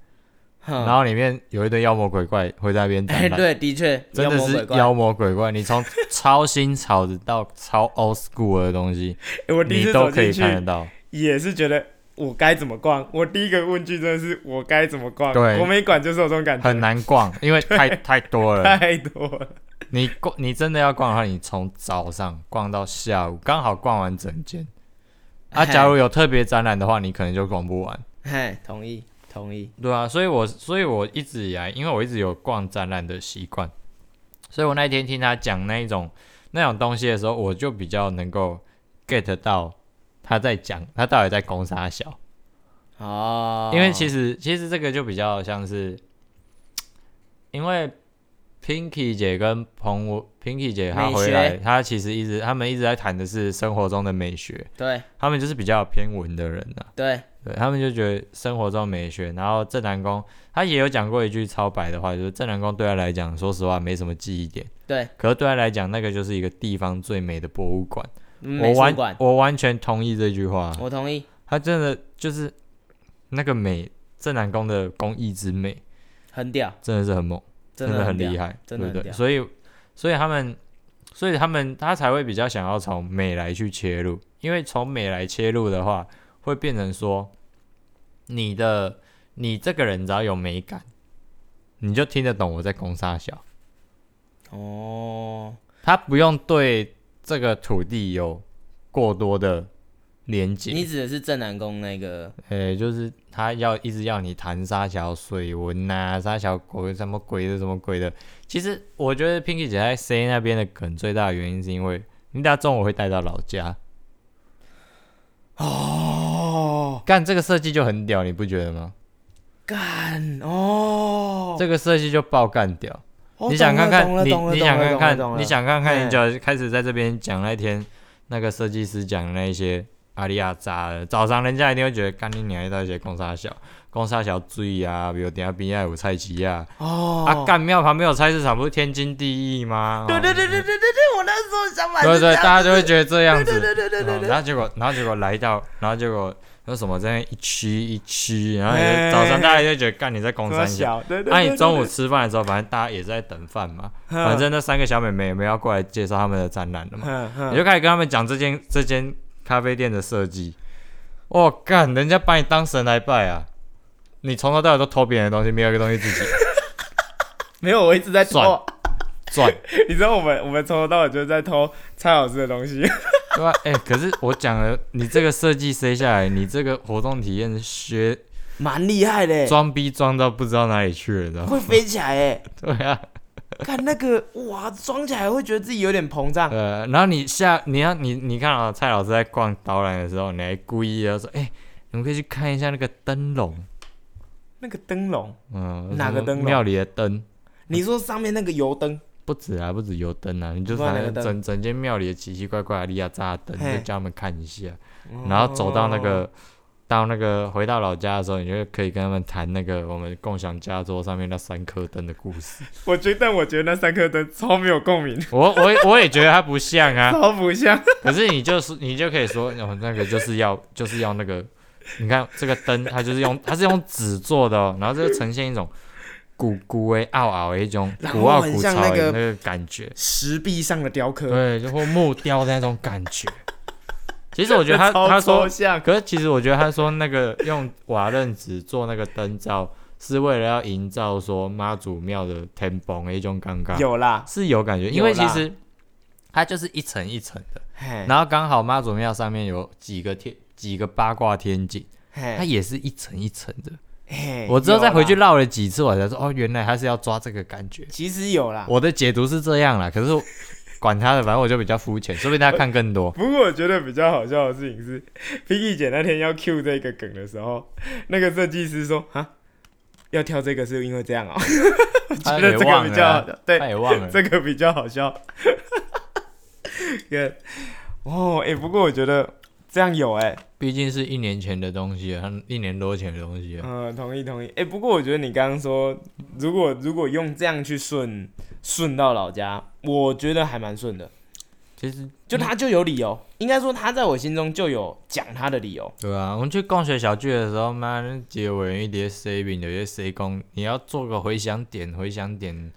[SPEAKER 3] 哼
[SPEAKER 1] 然后里面有一堆妖魔鬼怪会在那边
[SPEAKER 3] 嗯哎、
[SPEAKER 1] 展览，
[SPEAKER 3] 对，的确，
[SPEAKER 1] 真的
[SPEAKER 3] 妖魔鬼
[SPEAKER 1] 是
[SPEAKER 3] 怪
[SPEAKER 1] 妖魔鬼怪。你从超新潮的到 超 old school 的东西，
[SPEAKER 3] 哎
[SPEAKER 2] 欸我第一
[SPEAKER 1] 你
[SPEAKER 2] 次
[SPEAKER 1] 都
[SPEAKER 2] 走
[SPEAKER 1] 可以
[SPEAKER 2] 进
[SPEAKER 1] 看得
[SPEAKER 2] 去，
[SPEAKER 1] 到。
[SPEAKER 2] 也是觉得我该怎么逛。我第一个问句真的是我该怎么逛。
[SPEAKER 1] 对
[SPEAKER 2] 我没管，就是有这种感觉，
[SPEAKER 1] 很难逛，因为太太 多了。
[SPEAKER 2] 太多了。
[SPEAKER 1] 你逛，你真的要逛的话，你从早上逛到下午，刚好逛完整间。啊，
[SPEAKER 3] 嘿
[SPEAKER 1] 假如有特别展览的话，你可能就逛不完。
[SPEAKER 3] 嘿，同意，同意。
[SPEAKER 1] 对啊，所以我所以我一直以来，因为我一直有逛展览的习惯，所以我那天听他讲那一种那种东西的时候，我就比较能够 get 到他在讲他到底在攻啥小，
[SPEAKER 3] 哦，
[SPEAKER 1] 因为其实其实这个就比较像是，因为 Pinky 姐跟彭我 Pinky 姐她
[SPEAKER 3] 美
[SPEAKER 1] 回来，
[SPEAKER 3] 学
[SPEAKER 1] 她其实一直他们一直在谈的是生活中的美学，
[SPEAKER 3] 对
[SPEAKER 1] 他们就是比较偏文的人啊。
[SPEAKER 3] 对，
[SPEAKER 1] 对他们就觉得生活中美学，然后郑南宫他也有讲过一句超白的话，就是郑南宫对他来讲，说实话没什么记忆点，
[SPEAKER 3] 对，
[SPEAKER 1] 可是对他来讲，那个就是一个地方最美的博物馆。
[SPEAKER 3] 嗯美
[SPEAKER 1] 我
[SPEAKER 3] 术
[SPEAKER 1] 完
[SPEAKER 3] 馆，哦
[SPEAKER 1] 我完全同意这句话，
[SPEAKER 3] 我同意，
[SPEAKER 1] 他真的就是那个美，郑南宫的工艺之美
[SPEAKER 3] 很屌，
[SPEAKER 1] 真的是很猛，真
[SPEAKER 3] 的
[SPEAKER 1] 很厉
[SPEAKER 3] 屌。
[SPEAKER 1] 害，
[SPEAKER 3] 真的
[SPEAKER 1] 对不
[SPEAKER 3] 很
[SPEAKER 1] 对？
[SPEAKER 3] 屌
[SPEAKER 1] 所以所以他们所以他们他才会比较想要从美来去切入，因为从美来切入的话，会变成说你的你这个人只要有美感，你就听得懂我在攻杀小，
[SPEAKER 3] 哦，
[SPEAKER 1] 他不用对这个土地有过多的连
[SPEAKER 3] 你
[SPEAKER 1] 接，
[SPEAKER 3] 指的是正南宫那个？
[SPEAKER 1] 呃，就是他要一直要你谈沙小水文呐、沙小鬼什么鬼的什么鬼的。其实我觉得 Pinky 姐在 C 那边的梗最大的原因是因为你打中午会带到老家，
[SPEAKER 3] 哦，
[SPEAKER 1] 干这个设计就很屌，你不觉得吗？
[SPEAKER 3] 干哦，
[SPEAKER 1] 这个设计就爆干屌。
[SPEAKER 3] 哦
[SPEAKER 1] 你想看看
[SPEAKER 3] 懂了
[SPEAKER 1] 你
[SPEAKER 3] 懂了
[SPEAKER 1] 你想
[SPEAKER 3] 懂了
[SPEAKER 1] 看
[SPEAKER 3] 懂了懂
[SPEAKER 1] 看
[SPEAKER 3] 了
[SPEAKER 1] 你想看看，
[SPEAKER 3] 嗯
[SPEAKER 1] 你就要开始在这边讲那天那个设计师讲那一些阿里亚扎的，早上人家一定会觉得干你娘一大些公沙小公沙小醉啊，比如等下边啊有菜鸡啊。
[SPEAKER 3] 哦
[SPEAKER 1] 啊，干庙旁边有菜市场，不是天经地义吗？
[SPEAKER 3] 对对
[SPEAKER 1] 哦
[SPEAKER 3] 对对对对对，我那时候想法
[SPEAKER 1] 对
[SPEAKER 3] 是这
[SPEAKER 1] 对，大
[SPEAKER 3] 样，
[SPEAKER 1] 家就会觉得这样
[SPEAKER 3] 对
[SPEAKER 1] 子。
[SPEAKER 3] 对对对
[SPEAKER 1] 哦
[SPEAKER 3] 对
[SPEAKER 1] 然后结果，然后结果来到，然后结果有什么在那一区一区，然后
[SPEAKER 2] 哎哎
[SPEAKER 1] 也
[SPEAKER 2] 哎
[SPEAKER 1] 早上大家就觉得干你在公
[SPEAKER 2] 多
[SPEAKER 1] 山小。
[SPEAKER 2] 小，对对
[SPEAKER 1] 那
[SPEAKER 2] 对。
[SPEAKER 1] 你中午
[SPEAKER 2] 对
[SPEAKER 1] 吃饭的时候，反正大家也在等饭嘛，
[SPEAKER 3] 嗯
[SPEAKER 2] 对
[SPEAKER 1] 反正那三个小美眉也没有要过来介绍他们的展览了嘛，
[SPEAKER 2] 嗯
[SPEAKER 1] 你
[SPEAKER 2] 嗯，
[SPEAKER 1] 就开始跟他们讲这间这间咖啡店的设计。我干，人家把你当神来拜啊！你从头到尾都偷别人的东西，没有一个东西自己
[SPEAKER 2] 没有，我一直在偷
[SPEAKER 1] 算。赚。
[SPEAKER 2] 你知道我们我们从头到尾就是在偷蔡老师的东 西。
[SPEAKER 1] 对啊，哎、可是我讲了，你这个设计塞下来，你这个活动体验学
[SPEAKER 3] 蛮厉害
[SPEAKER 2] 哎
[SPEAKER 3] 的，
[SPEAKER 1] 装逼装到不知道哪里去了，你知 道吗？
[SPEAKER 3] 会飞起来
[SPEAKER 2] 欸
[SPEAKER 3] 哎，
[SPEAKER 1] 对啊，
[SPEAKER 3] 看那个哇，装起来会觉得自己有点膨
[SPEAKER 2] 嗯
[SPEAKER 3] 胀，
[SPEAKER 1] 呃，然后你下你要你你看啊，蔡老师在逛导览的时候，你还故意要说，哎、你们可以去看一下那个灯笼，
[SPEAKER 2] 那个灯笼，
[SPEAKER 1] 嗯，
[SPEAKER 2] 哪个
[SPEAKER 1] 什么
[SPEAKER 2] 灯笼
[SPEAKER 1] 庙里的灯。
[SPEAKER 3] 你说上面那个油灯，
[SPEAKER 1] 不止啊，不止油灯啊，你就
[SPEAKER 2] 不知道
[SPEAKER 1] 反
[SPEAKER 2] 哪个
[SPEAKER 1] 正
[SPEAKER 2] 灯
[SPEAKER 1] 整整间庙里的奇奇怪怪的利亚扎灯，
[SPEAKER 3] 嘿
[SPEAKER 1] 就叫他们看一下。
[SPEAKER 2] 嗯
[SPEAKER 1] 然后走到那
[SPEAKER 3] 哦
[SPEAKER 1] 个、到那个回到老家的时候，你就可以跟他们谈那个我们共享家桌上面那三颗灯的故事。
[SPEAKER 2] 我觉得但我觉得那三颗灯超没有共鸣，
[SPEAKER 1] 我我也我也觉得它不像啊，
[SPEAKER 2] 超不像。
[SPEAKER 1] 可是你就是你就可以说，哦，那个就是要就是要那个，你看这个灯，它就是用它是用纸做的、哦，然后这就呈现一种古古为傲傲的一种
[SPEAKER 3] 然后
[SPEAKER 1] 古傲
[SPEAKER 3] 很
[SPEAKER 1] 古
[SPEAKER 3] 像
[SPEAKER 1] 潮的
[SPEAKER 3] 那个
[SPEAKER 1] 那个感觉，
[SPEAKER 2] 石壁上的雕刻，
[SPEAKER 1] 对，就或木雕的那种感觉。其实我觉得 他
[SPEAKER 2] 超
[SPEAKER 1] 他说
[SPEAKER 2] 抽象
[SPEAKER 1] 可是其实我觉得他说那个用瓦楞纸做那个灯罩是为了要营造说妈祖庙的天崩的一种尴尬，
[SPEAKER 2] 有啦，
[SPEAKER 1] 是有感觉，因
[SPEAKER 2] 有
[SPEAKER 1] 为其
[SPEAKER 2] 啦
[SPEAKER 1] 实它就是一层一层的，
[SPEAKER 2] 嘿，
[SPEAKER 1] 然后刚好妈祖庙上面有几个天几个八卦天井，它
[SPEAKER 2] 嘿，
[SPEAKER 1] 也是一层一层的。
[SPEAKER 2] 嘿
[SPEAKER 1] 我之后再回去
[SPEAKER 2] 哎有啦
[SPEAKER 1] 绕了几次，我才说哦，原来他是要抓这个感觉。
[SPEAKER 2] 其实有啦，
[SPEAKER 1] 我的解读是这样啦， 可是管他的，反正我就比较肤浅，说不定他看更多。
[SPEAKER 2] 不过我觉得比较好笑的事情是，Piggy 姐那天要 Q 这个梗的时候，那个设计师说啊，要跳这个是因为这样哦、 我
[SPEAKER 1] 他也
[SPEAKER 2] 觉得这个
[SPEAKER 1] 忘
[SPEAKER 2] 比较好
[SPEAKER 1] 了
[SPEAKER 2] 笑
[SPEAKER 1] 啊，，他
[SPEAKER 2] 对，
[SPEAKER 1] 也忘了。
[SPEAKER 2] 这个比较好笑。 对，哦，哎、不过我觉得这样有哎、
[SPEAKER 1] 毕竟是一年前的东西了，他一年多前的东西啊了。
[SPEAKER 2] 嗯，同意同意。哎、不过我觉得你刚刚说，如果如果用这样去顺顺到老家，我觉得还蛮顺的。
[SPEAKER 1] 其实
[SPEAKER 2] 就他就有理由，应该说他在我心中就有讲他的理由。
[SPEAKER 1] 对啊，我们去共学小聚的时候，妈那几个委员一叠 C 饼，有些 C 工，你要做个回想点，回想点，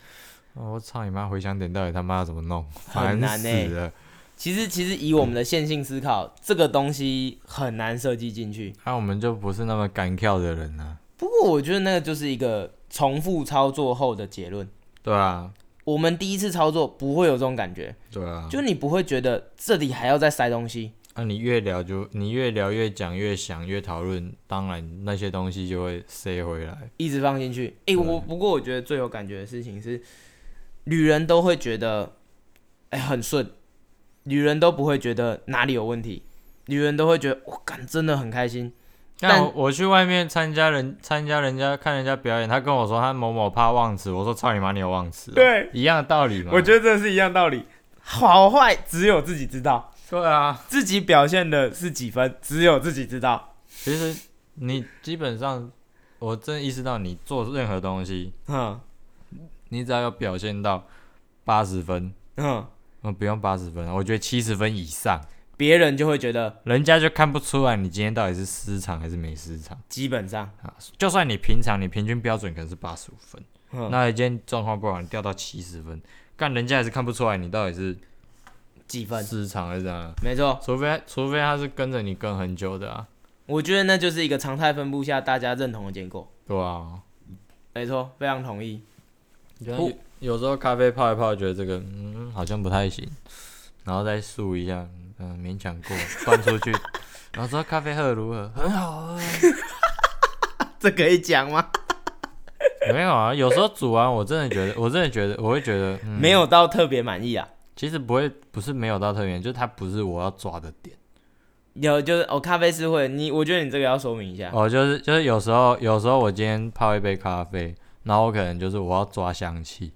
[SPEAKER 1] 哦我操你妈！回想点到底他妈怎么弄，烦
[SPEAKER 3] 很难
[SPEAKER 1] 死
[SPEAKER 3] 欸
[SPEAKER 1] 了。
[SPEAKER 3] 其实其实以我们的线性思考，这个东西很难设计进去。
[SPEAKER 1] 啊那、我们就不是那么敢跳的人啊。
[SPEAKER 3] 不过我觉得那个就是一个重复操作后的结论。
[SPEAKER 1] 对啊，
[SPEAKER 3] 我们第一次操作不会有这种感觉，
[SPEAKER 1] 对啊。
[SPEAKER 3] 就你不会觉得这里还要再塞东西。
[SPEAKER 1] 那、你越聊就你越聊越讲越想越讨论，当然那些东西就会塞回来。
[SPEAKER 3] 一直放进去。诶，我不过我觉得最有感觉的事情是，女人都会觉得，哎、很顺，女人都不会觉得哪里有问题，女人都会觉得，我干真的很开心。
[SPEAKER 1] 但
[SPEAKER 3] 但
[SPEAKER 1] 我我去外面参加人参加人家看人家表演，他跟我说他某某怕忘词，我说操你妈，你有忘词、，哦
[SPEAKER 2] 对，
[SPEAKER 1] 一样的道理嘛。
[SPEAKER 2] 我觉得这是一样道理，好坏只有自己知道，
[SPEAKER 1] 对啊，
[SPEAKER 2] 自己表现的是几分，只有自己知道。
[SPEAKER 1] 其实你基本上，我真意识到你做任何东西，
[SPEAKER 2] 嗯
[SPEAKER 1] 你只要有表现到八十分，
[SPEAKER 2] 嗯，
[SPEAKER 1] 嗯，不用八十分，我觉得七十分以上，
[SPEAKER 3] 别人就会觉得，
[SPEAKER 1] 人家就看不出来你今天到底是失常还是没失常。
[SPEAKER 3] 基本上
[SPEAKER 1] 啊，就算你平常你平均标准可能是八十五分，
[SPEAKER 2] 嗯
[SPEAKER 1] 那一件状况不好，你掉到七十分，干人家还是看不出来你到底是
[SPEAKER 3] 几分，
[SPEAKER 1] 失常还是怎样，
[SPEAKER 3] 没错。
[SPEAKER 1] 除非除非他是跟着你跟很久的啊，
[SPEAKER 3] 我觉得那就是一个常态分布下大家认同的结果，
[SPEAKER 1] 对啊，
[SPEAKER 3] 没错，非常同意。哦
[SPEAKER 1] 有有时候咖啡泡一泡，觉得这个嗯好像不太行，然后再漱一下，嗯勉强过， 放出去，然后说咖啡喝得如何？很好啊，
[SPEAKER 3] 这可以讲吗？
[SPEAKER 1] 没有啊，有时候煮完我真的觉得，我真的觉得我会觉得、嗯、
[SPEAKER 3] 没，有到特别满意啊，
[SPEAKER 1] 其实不会不是没有到特别，就是它不是我要抓的点。
[SPEAKER 3] 有就是哦，咖啡师会，你我觉得你这个要说明一下。
[SPEAKER 1] 哦，就是就是有时候有时候我今天泡一杯咖啡，然后我可能就是我要抓香气，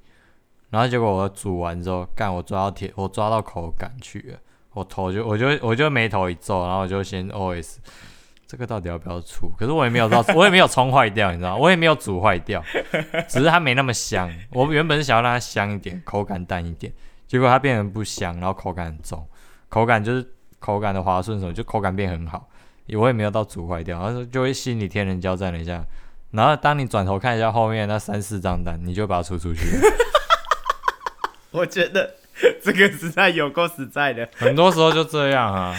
[SPEAKER 1] 然后结果我煮完之后，干我抓到甜，我抓到口感去了，我头就我就我就眉头一皱，然后我就先 OS 这个到底要不要出？可是我也没有到，我也没有冲坏掉，你知道吗，我也没有煮坏掉，只是它没那么香。我原本是想要让它香一点，口感淡一点，结果它变成不香，然后口感很重，口感就是口感的滑顺手，就口感变很好。我也没有到煮坏掉，然后就会心里天人交战了一下。然后当你转头看一下后面那三四张单，你就把它出出去了。
[SPEAKER 2] 我觉得这个实在有够实在的，
[SPEAKER 1] 很多时候就这样啊，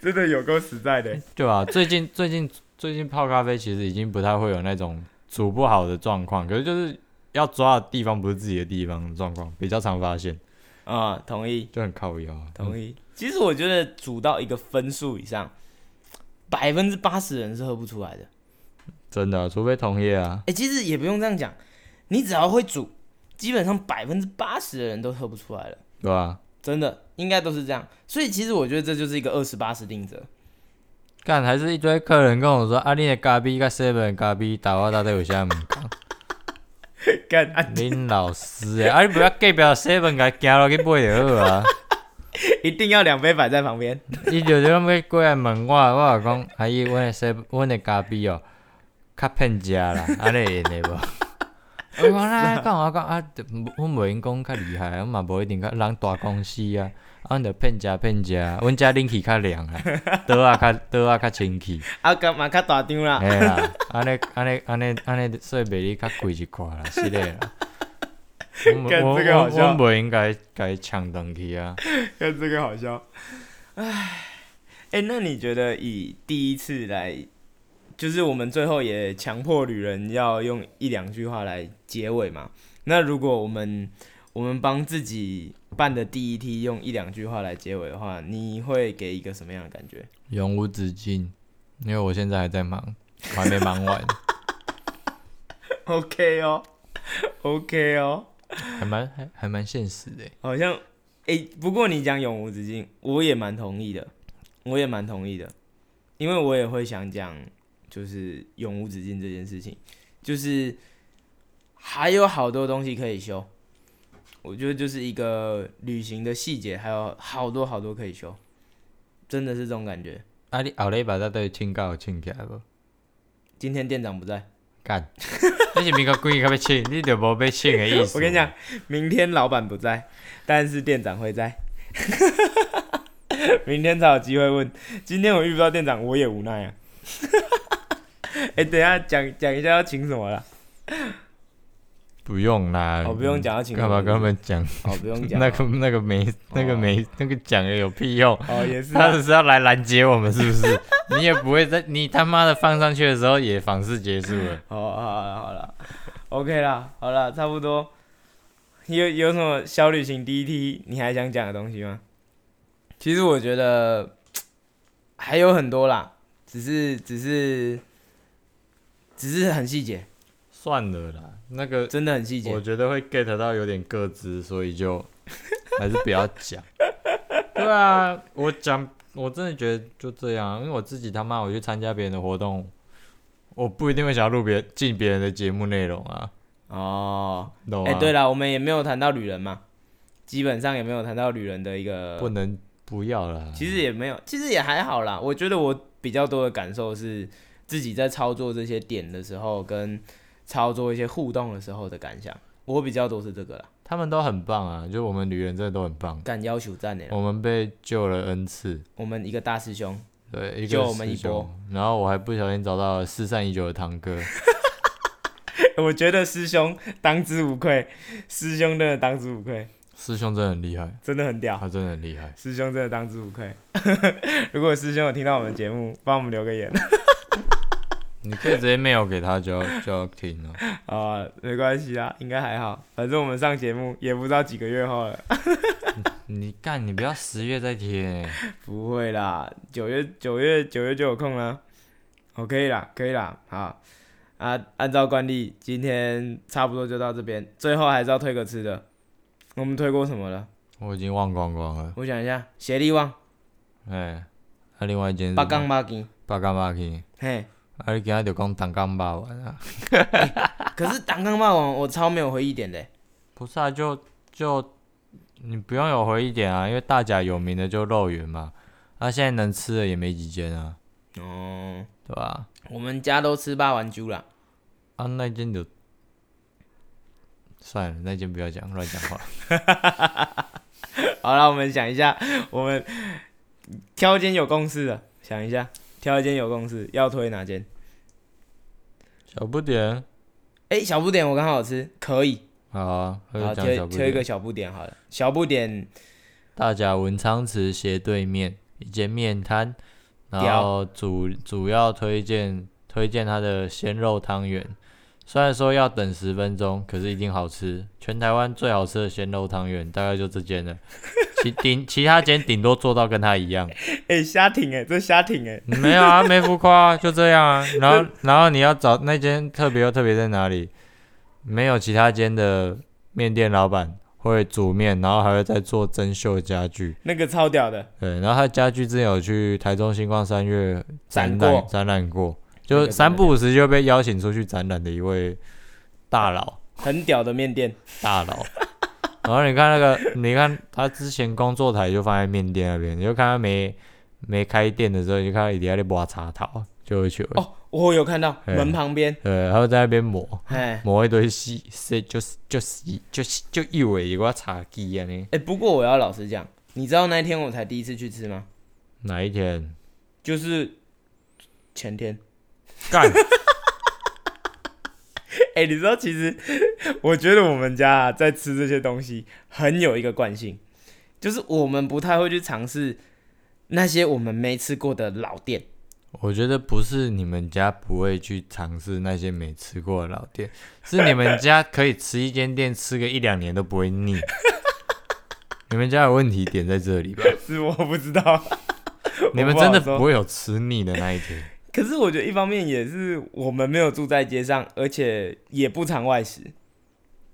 [SPEAKER 2] 真的有够实在的。
[SPEAKER 1] 对吧、最近最近最近泡咖啡其实已经不太会有那种煮不好的状况，可是就是要抓的地方不是自己的地方的状况，比较常发现，
[SPEAKER 3] 啊、同意。
[SPEAKER 1] 就很靠腰、啊。
[SPEAKER 3] 同意。嗯其实我觉得煮到一个分数以上，百分之八十人是喝不出来的。
[SPEAKER 1] 真的啊、除非同业啊，
[SPEAKER 3] 哎、其实也不用这样讲，你只要会煮，基本上百分之八十的人都喝不出来了，
[SPEAKER 1] 对吧、
[SPEAKER 3] 真的应该都是这样。所以其实我觉得这就是一个二十八十定则。
[SPEAKER 1] 干还是一堆客人跟我说，啊，你的咖啡跟 seven 的咖啡打我到底有 啥物？
[SPEAKER 2] 干啊，
[SPEAKER 1] 林老师哎，啊你不要隔壁 seven 给行落去买就好啊。
[SPEAKER 2] 一定要两杯摆在旁边。
[SPEAKER 1] 伊就是要过来问我，我就讲，阿姨，阮的西，阮的咖啡哦，较骗食 啦，安尼会用的无？我讲啦，讲我讲啊，就阮袂用讲较厉害，啊阮嘛无一定较人大公司啊，啊，阮着骗食骗食，阮遮冷气较凉 啊，桌啊较桌啊较清气，
[SPEAKER 3] 啊，干嘛卡大张啦？
[SPEAKER 1] 嘿啦，安尼安尼安尼安尼，所以卖你较贵一寡啦，是 的啦。
[SPEAKER 2] 干
[SPEAKER 1] 我
[SPEAKER 2] 这个好
[SPEAKER 1] 我
[SPEAKER 2] 笑
[SPEAKER 1] 我袂应该该抢东去啊。
[SPEAKER 2] 看这个好笑。唉，哎、那你觉得以第一次来就是我们最后也强迫旅人要用一两句话来结尾嘛。那如果我们我们帮自己办的第一梯用一两句话来结尾的话，你会给一个什么样的感觉？
[SPEAKER 1] 永无止境，因为我现在还在忙，我还没忙完，
[SPEAKER 2] OK 哦，OK 哦，
[SPEAKER 1] 还蛮还还蛮现实的欸。
[SPEAKER 2] 好像诶、不过你讲永无止境，我也蛮同意的，我也蛮同意的，因为我也会想讲就是永无止境这件事情，就是还有好多东西可以修，我觉得就是一个旅行的细节，还有好多好多可以修，真的是这种感觉。
[SPEAKER 1] 啊，你后礼拜再对请假有请起来无？
[SPEAKER 2] 今天店长不在，
[SPEAKER 1] 干， 你是明个鬼个要请，你就无被请的意思。
[SPEAKER 2] 我跟你讲，，明天老板不在，但是店长会在。 明天才有机会问。今天我遇不到店长，我也无奈啊。 哎、等一下讲讲一下要请什么了？
[SPEAKER 1] 不用啦，
[SPEAKER 2] 哦，不用讲要请什
[SPEAKER 1] 干
[SPEAKER 2] 么
[SPEAKER 1] 嘛跟他？们讲？
[SPEAKER 2] 哦，不用讲。
[SPEAKER 1] 那个那个没那个没那个讲了有屁用？
[SPEAKER 2] 哦，也是啊、
[SPEAKER 1] 他只是要来拦截我们，是不是？你也不会在你他妈的放上去的时候也访视结束了。
[SPEAKER 2] 好，好了，好了，OK 啦，好了，差不多。有有什么小旅行第一梯你还想讲的东西吗？其实我觉得还有很多啦，只是只是只是很细节，
[SPEAKER 1] 算了啦，那个
[SPEAKER 2] 真的很细
[SPEAKER 1] 我
[SPEAKER 2] 节。
[SPEAKER 1] 觉得会 get 到有点各自，所以就 还是不要 讲。对啊，我讲，我真的觉得就这样，因为我自己他妈我去参加别人的活动，我不一定会想要录别进别人的节目内容啊，
[SPEAKER 2] 哦，
[SPEAKER 1] 懂吗？
[SPEAKER 2] 哎、对了，我们也没有谈到旅人嘛，基本上也没有谈到旅人的一个
[SPEAKER 1] 不能不要啦。
[SPEAKER 2] 其实也没有，其实也还好啦。我觉得我比较多的感受是自己在操作这些点的时候，跟操作一些互动的时候的感想，我比较多是这个啦。
[SPEAKER 1] 他们都很棒啊，就我们旅人真的都很棒，
[SPEAKER 2] 敢要求赞你啦，
[SPEAKER 1] 我们被救了 n 次。
[SPEAKER 2] 我们一个大师兄，
[SPEAKER 1] 对，一
[SPEAKER 2] 救
[SPEAKER 1] 个
[SPEAKER 2] 我们一
[SPEAKER 1] 师兄
[SPEAKER 2] 波。
[SPEAKER 1] 然后我还不小心找到了失散已久的堂哥，
[SPEAKER 2] 我觉得师兄当之无愧，师兄真的当之无愧，
[SPEAKER 1] 师兄真的很厉害，
[SPEAKER 2] 真的很屌。
[SPEAKER 1] 他真的很厉害。
[SPEAKER 2] 师兄真的当之无愧。 如果师兄有听到我们节目，帮我们留个言
[SPEAKER 1] 你可以直接 mail 给他，就要就要听了。
[SPEAKER 2] 啊、没关系啊，应该还好。反正我们上节目也不知道几个月后了。
[SPEAKER 1] 你干，你不要十月再贴、
[SPEAKER 2] 不会啦，九月九月九月就有空啦。哦，可以啦，可以啦，好啊，按照惯例，今天差不多就到这边，最后还是要推个吃的。我们推过什么了？
[SPEAKER 1] 我已经忘光光了。
[SPEAKER 2] 我想一下，协力旺、
[SPEAKER 1] 哎、啊，另外一件
[SPEAKER 3] 八杠八斤，
[SPEAKER 1] 八杠八去，
[SPEAKER 2] 嘿，
[SPEAKER 1] 啊，你今仔就讲单杠八完啊？
[SPEAKER 3] 可是挡杠霸王我超没有回忆点的欸，
[SPEAKER 1] 不是啊，就就你不用有回忆点啊，因为大甲有名的就肉圆嘛，啊，现在能吃的也没几间啊，
[SPEAKER 3] 哦，
[SPEAKER 1] 对吧？
[SPEAKER 3] 我们家都吃八碗猪啦，
[SPEAKER 1] 啊，那间就算了，那间不要讲，乱讲话。
[SPEAKER 2] 好了，我们想一下，我们挑一间有共识的，想一下，挑一间有共识，要推哪间？
[SPEAKER 1] 小不点，
[SPEAKER 2] 哎、小不点我刚好有吃，可以，
[SPEAKER 1] 好啊，我
[SPEAKER 2] 好
[SPEAKER 1] 就讲
[SPEAKER 2] 推
[SPEAKER 1] 小不
[SPEAKER 2] 推一个
[SPEAKER 1] 点。
[SPEAKER 2] 小不点好了，小不点
[SPEAKER 1] 大甲文昌祠斜对面一间面摊，然后主主要推荐推荐它的鲜肉汤圆，虽然说要等十分钟，可是一定好吃。全台湾最好吃的鲜肉汤圆大概就这 间了，其顶其他间顶多做到跟它一样。
[SPEAKER 2] 哎、虾挺哎、这虾挺哎、
[SPEAKER 1] 没有啊，没浮夸、啊，就这样啊。然后，然后你要找那间特别又特别在哪里？没有其他间的面店老板会煮面，然后还会再做针绣家具。
[SPEAKER 2] 那个超屌的，
[SPEAKER 1] 对，然后他家具之前有去台中星光三月展
[SPEAKER 2] 展过
[SPEAKER 1] 览展览过，
[SPEAKER 2] 那
[SPEAKER 1] 就
[SPEAKER 2] 个
[SPEAKER 1] 三不五时就被邀请出去展览的一位大佬
[SPEAKER 2] 很屌的 面店。
[SPEAKER 1] 大 佬。然后你看那个，你看他之前工作台就放在面店那边，你就看他没没开店的时候，你就看他一直在那挖茶桃，就会去闻。
[SPEAKER 2] 哦，我有看到
[SPEAKER 1] 嘿
[SPEAKER 2] 门旁边，
[SPEAKER 1] 呃，他会在那边磨
[SPEAKER 2] 哎
[SPEAKER 1] 磨一堆细，是就是就是就是就以为有个茶几啊呢。
[SPEAKER 2] 哎，不过我要老实讲，你知道那一天我才第一次去吃吗？
[SPEAKER 1] 哪一天
[SPEAKER 2] 就是前天。
[SPEAKER 1] 干？
[SPEAKER 2] 哎，你知道，其实 我觉得我们家啊在吃这些东西很有一个惯性，就是我们不太会去尝试那些我们没吃过的老店。
[SPEAKER 1] 我觉得不是你们家不会去尝试那些没吃过的老店， 是你们家可以吃一间店吃个一两年都不会 腻。你们家有问题点在这里吧？
[SPEAKER 2] 是我不知道。
[SPEAKER 1] 你们真的
[SPEAKER 2] 不好
[SPEAKER 1] 不会有吃腻的那一天。
[SPEAKER 2] 可是我觉得一方面也是我们没有住在街上，而且也不常外食。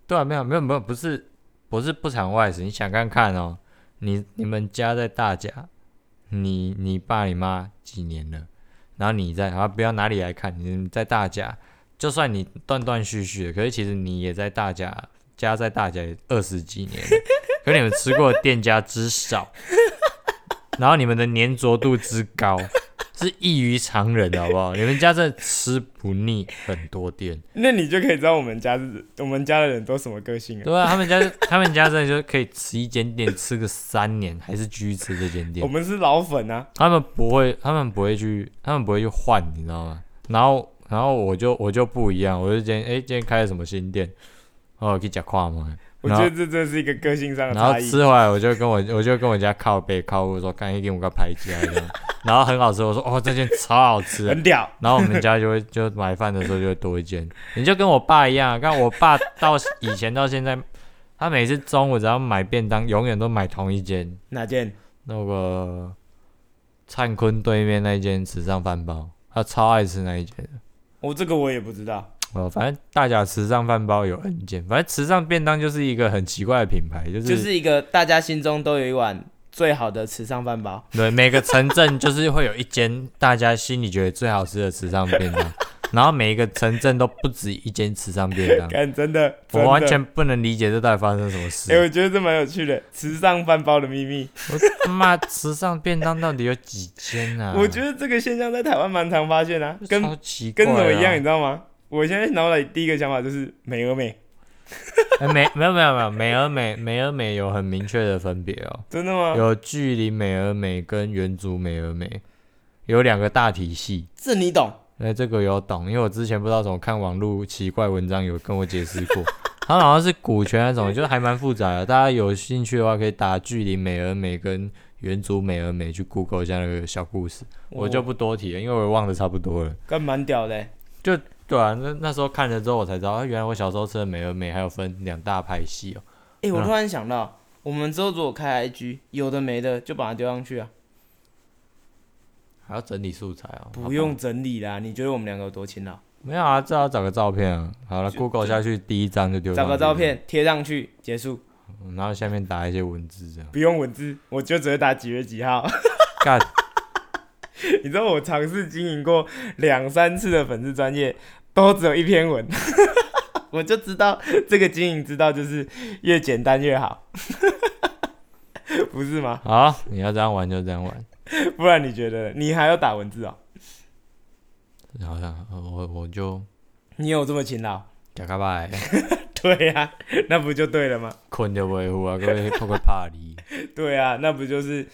[SPEAKER 1] 对啊，没有没有没有，不是不是不常外食，你想看看哦，你你们家在大甲，你你爸你妈几年了？然后你在啊，不要哪里来看，你在大甲，就算你断断续续的，可是其实你也在大甲，家在大甲也二十几年了，可你们吃过的店家之少，然后你们的粘着度之高，是异于常人的好不好？你们家真的吃不腻很多店。
[SPEAKER 2] 那你就可以知道我们家是我们家的人都什么个性了。
[SPEAKER 1] 对啊，他们家他们家真的就可以吃一间店吃个三年，还是继续吃这间
[SPEAKER 2] 我
[SPEAKER 1] 店。
[SPEAKER 2] 们是老粉啊，
[SPEAKER 1] 他们不会，他们不会去，他们不会去换，你知道吗？然后然后我就我就不一样，我就今天哎、今天开了什么新店，哦去讲话嘛，
[SPEAKER 2] 我
[SPEAKER 1] 然
[SPEAKER 2] 觉
[SPEAKER 1] 后
[SPEAKER 2] 得这真的是一个个性上的
[SPEAKER 1] 然后
[SPEAKER 2] 差异。
[SPEAKER 1] 吃回来我就跟我我就跟我家靠背靠我说，赶紧给我个排起来这样 然后很好吃，我说哦这间超好 吃，
[SPEAKER 2] 很屌，
[SPEAKER 1] 然后我们家就会就买饭的时候就会多一件， 你就跟我爸一样，啊看我爸到以前到现在，他每次中午只要买便当，永远都买同一间，
[SPEAKER 2] 哪件？
[SPEAKER 1] 那个灿坤对面那一间时尚饭包，他超爱吃那一间的。
[SPEAKER 2] 我、哦这个我也不知道。
[SPEAKER 1] 哦，反正大甲时尚饭包有 N 件，反正时尚便当就是一个很奇怪的品牌，就是、
[SPEAKER 3] 就是一个大家心中都有一碗最好的慈善饭包。
[SPEAKER 1] 对每个城镇就是会有一间大家心里觉得最好吃的时尚便当，然后每一个城镇都不止一间时尚便当。
[SPEAKER 2] 看，真的，
[SPEAKER 1] 嗯我
[SPEAKER 2] 真的
[SPEAKER 1] 完。全不能理解这到底发生什么
[SPEAKER 2] 哎、
[SPEAKER 1] 事。
[SPEAKER 2] 我觉得这蛮有趣的，时尚饭包的秘密。
[SPEAKER 1] 我他妈时尚便当到底有几间啊？
[SPEAKER 2] 我觉得这个现象在台湾蛮常发现啊，跟
[SPEAKER 1] 超奇怪
[SPEAKER 2] 跟
[SPEAKER 1] 啊、
[SPEAKER 2] 什么一样，你知道吗？我现在脑袋里第一个想法就是美而美，
[SPEAKER 1] 哎美没有没有没有美而美美而美有很明确的分别哦，
[SPEAKER 2] 真的吗？
[SPEAKER 1] 有距离美而美跟原族美而美有两个大体系。
[SPEAKER 3] 这你懂？
[SPEAKER 1] 哎，这个有懂，因为我之前不知道怎么看网络奇怪文章，有跟我解释 过。它好像是股权那种，就是还蛮复杂的。大家有兴趣的话，可以打距离美而美跟原族美而美去 Google 一下那个小故事。我就不多提了，因为我忘得差不多了。
[SPEAKER 2] 哦干蛮屌的、。
[SPEAKER 1] 对啊，那那时候看了之后，我才知道，啊，原来我小时候吃的美而美还有分两大派系哦。
[SPEAKER 3] 哎、我
[SPEAKER 1] 嗯
[SPEAKER 3] 突然想到，我们之后如果开 IG，有的没的就把它丢上去啊，
[SPEAKER 1] 还要整理素材哦。好
[SPEAKER 3] 不
[SPEAKER 1] 吧
[SPEAKER 3] 用，整理啦。你觉得我们两个有多勤劳？
[SPEAKER 1] 没有啊，至少找个照片啊。好了
[SPEAKER 3] 就
[SPEAKER 1] ，Google 下去第一张就丢。
[SPEAKER 3] 找个照，片贴上去，结束，
[SPEAKER 1] 嗯然后下面打一些文字这样
[SPEAKER 2] 不用文字，我就只会打几月几号。
[SPEAKER 1] 干，
[SPEAKER 2] 你知道我尝试经营过两三次的粉丝专业，都只有一篇文， 我就知道这个经营之道就是越简单越好， 不是吗？
[SPEAKER 1] 好，你要这样玩就这样玩。
[SPEAKER 2] 不然你觉得你还要打文字哦？
[SPEAKER 1] 好像呃我我就
[SPEAKER 2] 你有这么勤劳？
[SPEAKER 1] 假卡拜，
[SPEAKER 2] 对呀、那不就对了吗？
[SPEAKER 1] 困就维护啊，各位破个怕你。
[SPEAKER 2] 对啊，那不就是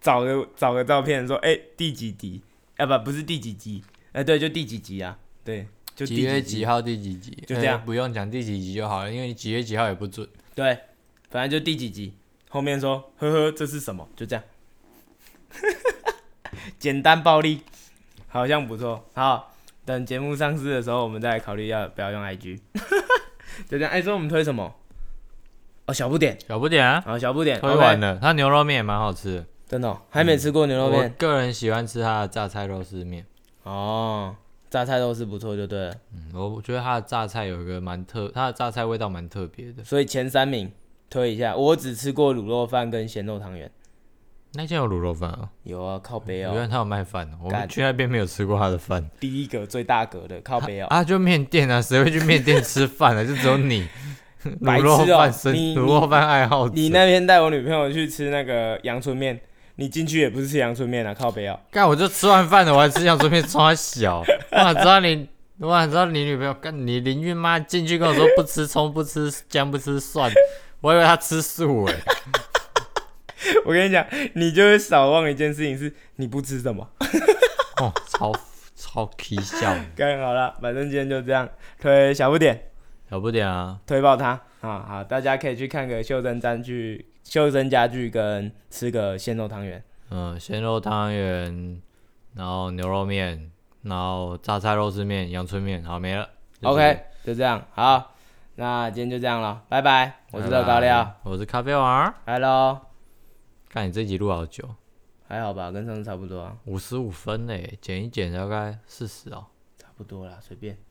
[SPEAKER 2] 找个找个照片说，哎、第几集？啊不，不是第几集，哎、对，就第几集啊，对，就第
[SPEAKER 1] 几月
[SPEAKER 2] 集
[SPEAKER 1] 几号第几集？
[SPEAKER 2] 就这样
[SPEAKER 1] 呃不用讲第几集就好了，因为你几月几号也不准。
[SPEAKER 3] 对，反正就第几集。
[SPEAKER 2] 后面说，呵呵，这是什么？
[SPEAKER 3] 就这样。
[SPEAKER 2] 简单暴力，好像不错。好，等节目上市的时候，我们再来考虑要不要用 IG。
[SPEAKER 3] 就这样。哎、所以我们推什么？哦，小不点，
[SPEAKER 1] 小不点啊，
[SPEAKER 2] 哦
[SPEAKER 3] 好，小不点，
[SPEAKER 1] 推完
[SPEAKER 3] OK，
[SPEAKER 1] 了。它牛肉面也蛮好吃的。
[SPEAKER 3] 真的哦、还没吃过牛肉
[SPEAKER 1] 我
[SPEAKER 3] 面、
[SPEAKER 1] 个人喜欢吃它的榨菜肉丝面，
[SPEAKER 3] 哦，榨菜肉丝不错，就对了。
[SPEAKER 1] 嗯，我觉得它的榨菜有一个蛮特，它的榨菜味道蛮特别的。
[SPEAKER 3] 所以前三名推一下，我只吃过卤肉饭跟咸肉汤圆。
[SPEAKER 1] 那间有卤肉饭啊、
[SPEAKER 3] 有啊，靠北
[SPEAKER 1] 原
[SPEAKER 3] 哦、
[SPEAKER 1] 来它有卖饭哦、我
[SPEAKER 3] 干
[SPEAKER 1] 们去那边没有吃过它的饭。
[SPEAKER 3] 第一个最大格的靠北哦、
[SPEAKER 1] 啊，就面店啊，谁会去面店吃饭 啊？就只有你，
[SPEAKER 3] 白
[SPEAKER 1] 卤
[SPEAKER 3] 痴
[SPEAKER 1] 肉
[SPEAKER 3] 哦
[SPEAKER 1] 饭生
[SPEAKER 3] 你
[SPEAKER 1] 卤肉饭爱好者。
[SPEAKER 2] 你那天带我女朋友去吃那个阳春面，你进去也不是吃阳春面啊，靠北 哦。
[SPEAKER 1] 干，我就吃完饭了，我还吃想说面穿 小，我哪知道你，我哪知道你女朋友干你邻居妈进去跟我说不吃葱、不吃姜、不吃蒜，我以为她吃素哎、
[SPEAKER 2] 我跟你讲，你就会少忘一件事情是，你不吃 什么。
[SPEAKER 1] 哦，超超 k 笑的，
[SPEAKER 2] 干好了，反正今天就这样，推小不点，
[SPEAKER 1] 小不点啊。
[SPEAKER 2] 推爆它
[SPEAKER 3] 啊，好，大家可以去看个袖珍家具，袖珍家具跟吃个鲜肉汤圆。
[SPEAKER 1] 嗯，鲜肉汤圆，然后牛肉面，然后榨菜肉丝面、阳春面，好没了。就这个
[SPEAKER 2] OK，就这样，好，那今天就这样了，拜拜，我是乐高料，，
[SPEAKER 1] 拜拜我是咖啡王。
[SPEAKER 2] 拜喽，
[SPEAKER 1] 看你这集录好久，
[SPEAKER 2] 还好吧，跟上次差不多啊，
[SPEAKER 1] 五十五分嘞，减一减大概四十哦。
[SPEAKER 2] 差不多啦，随便。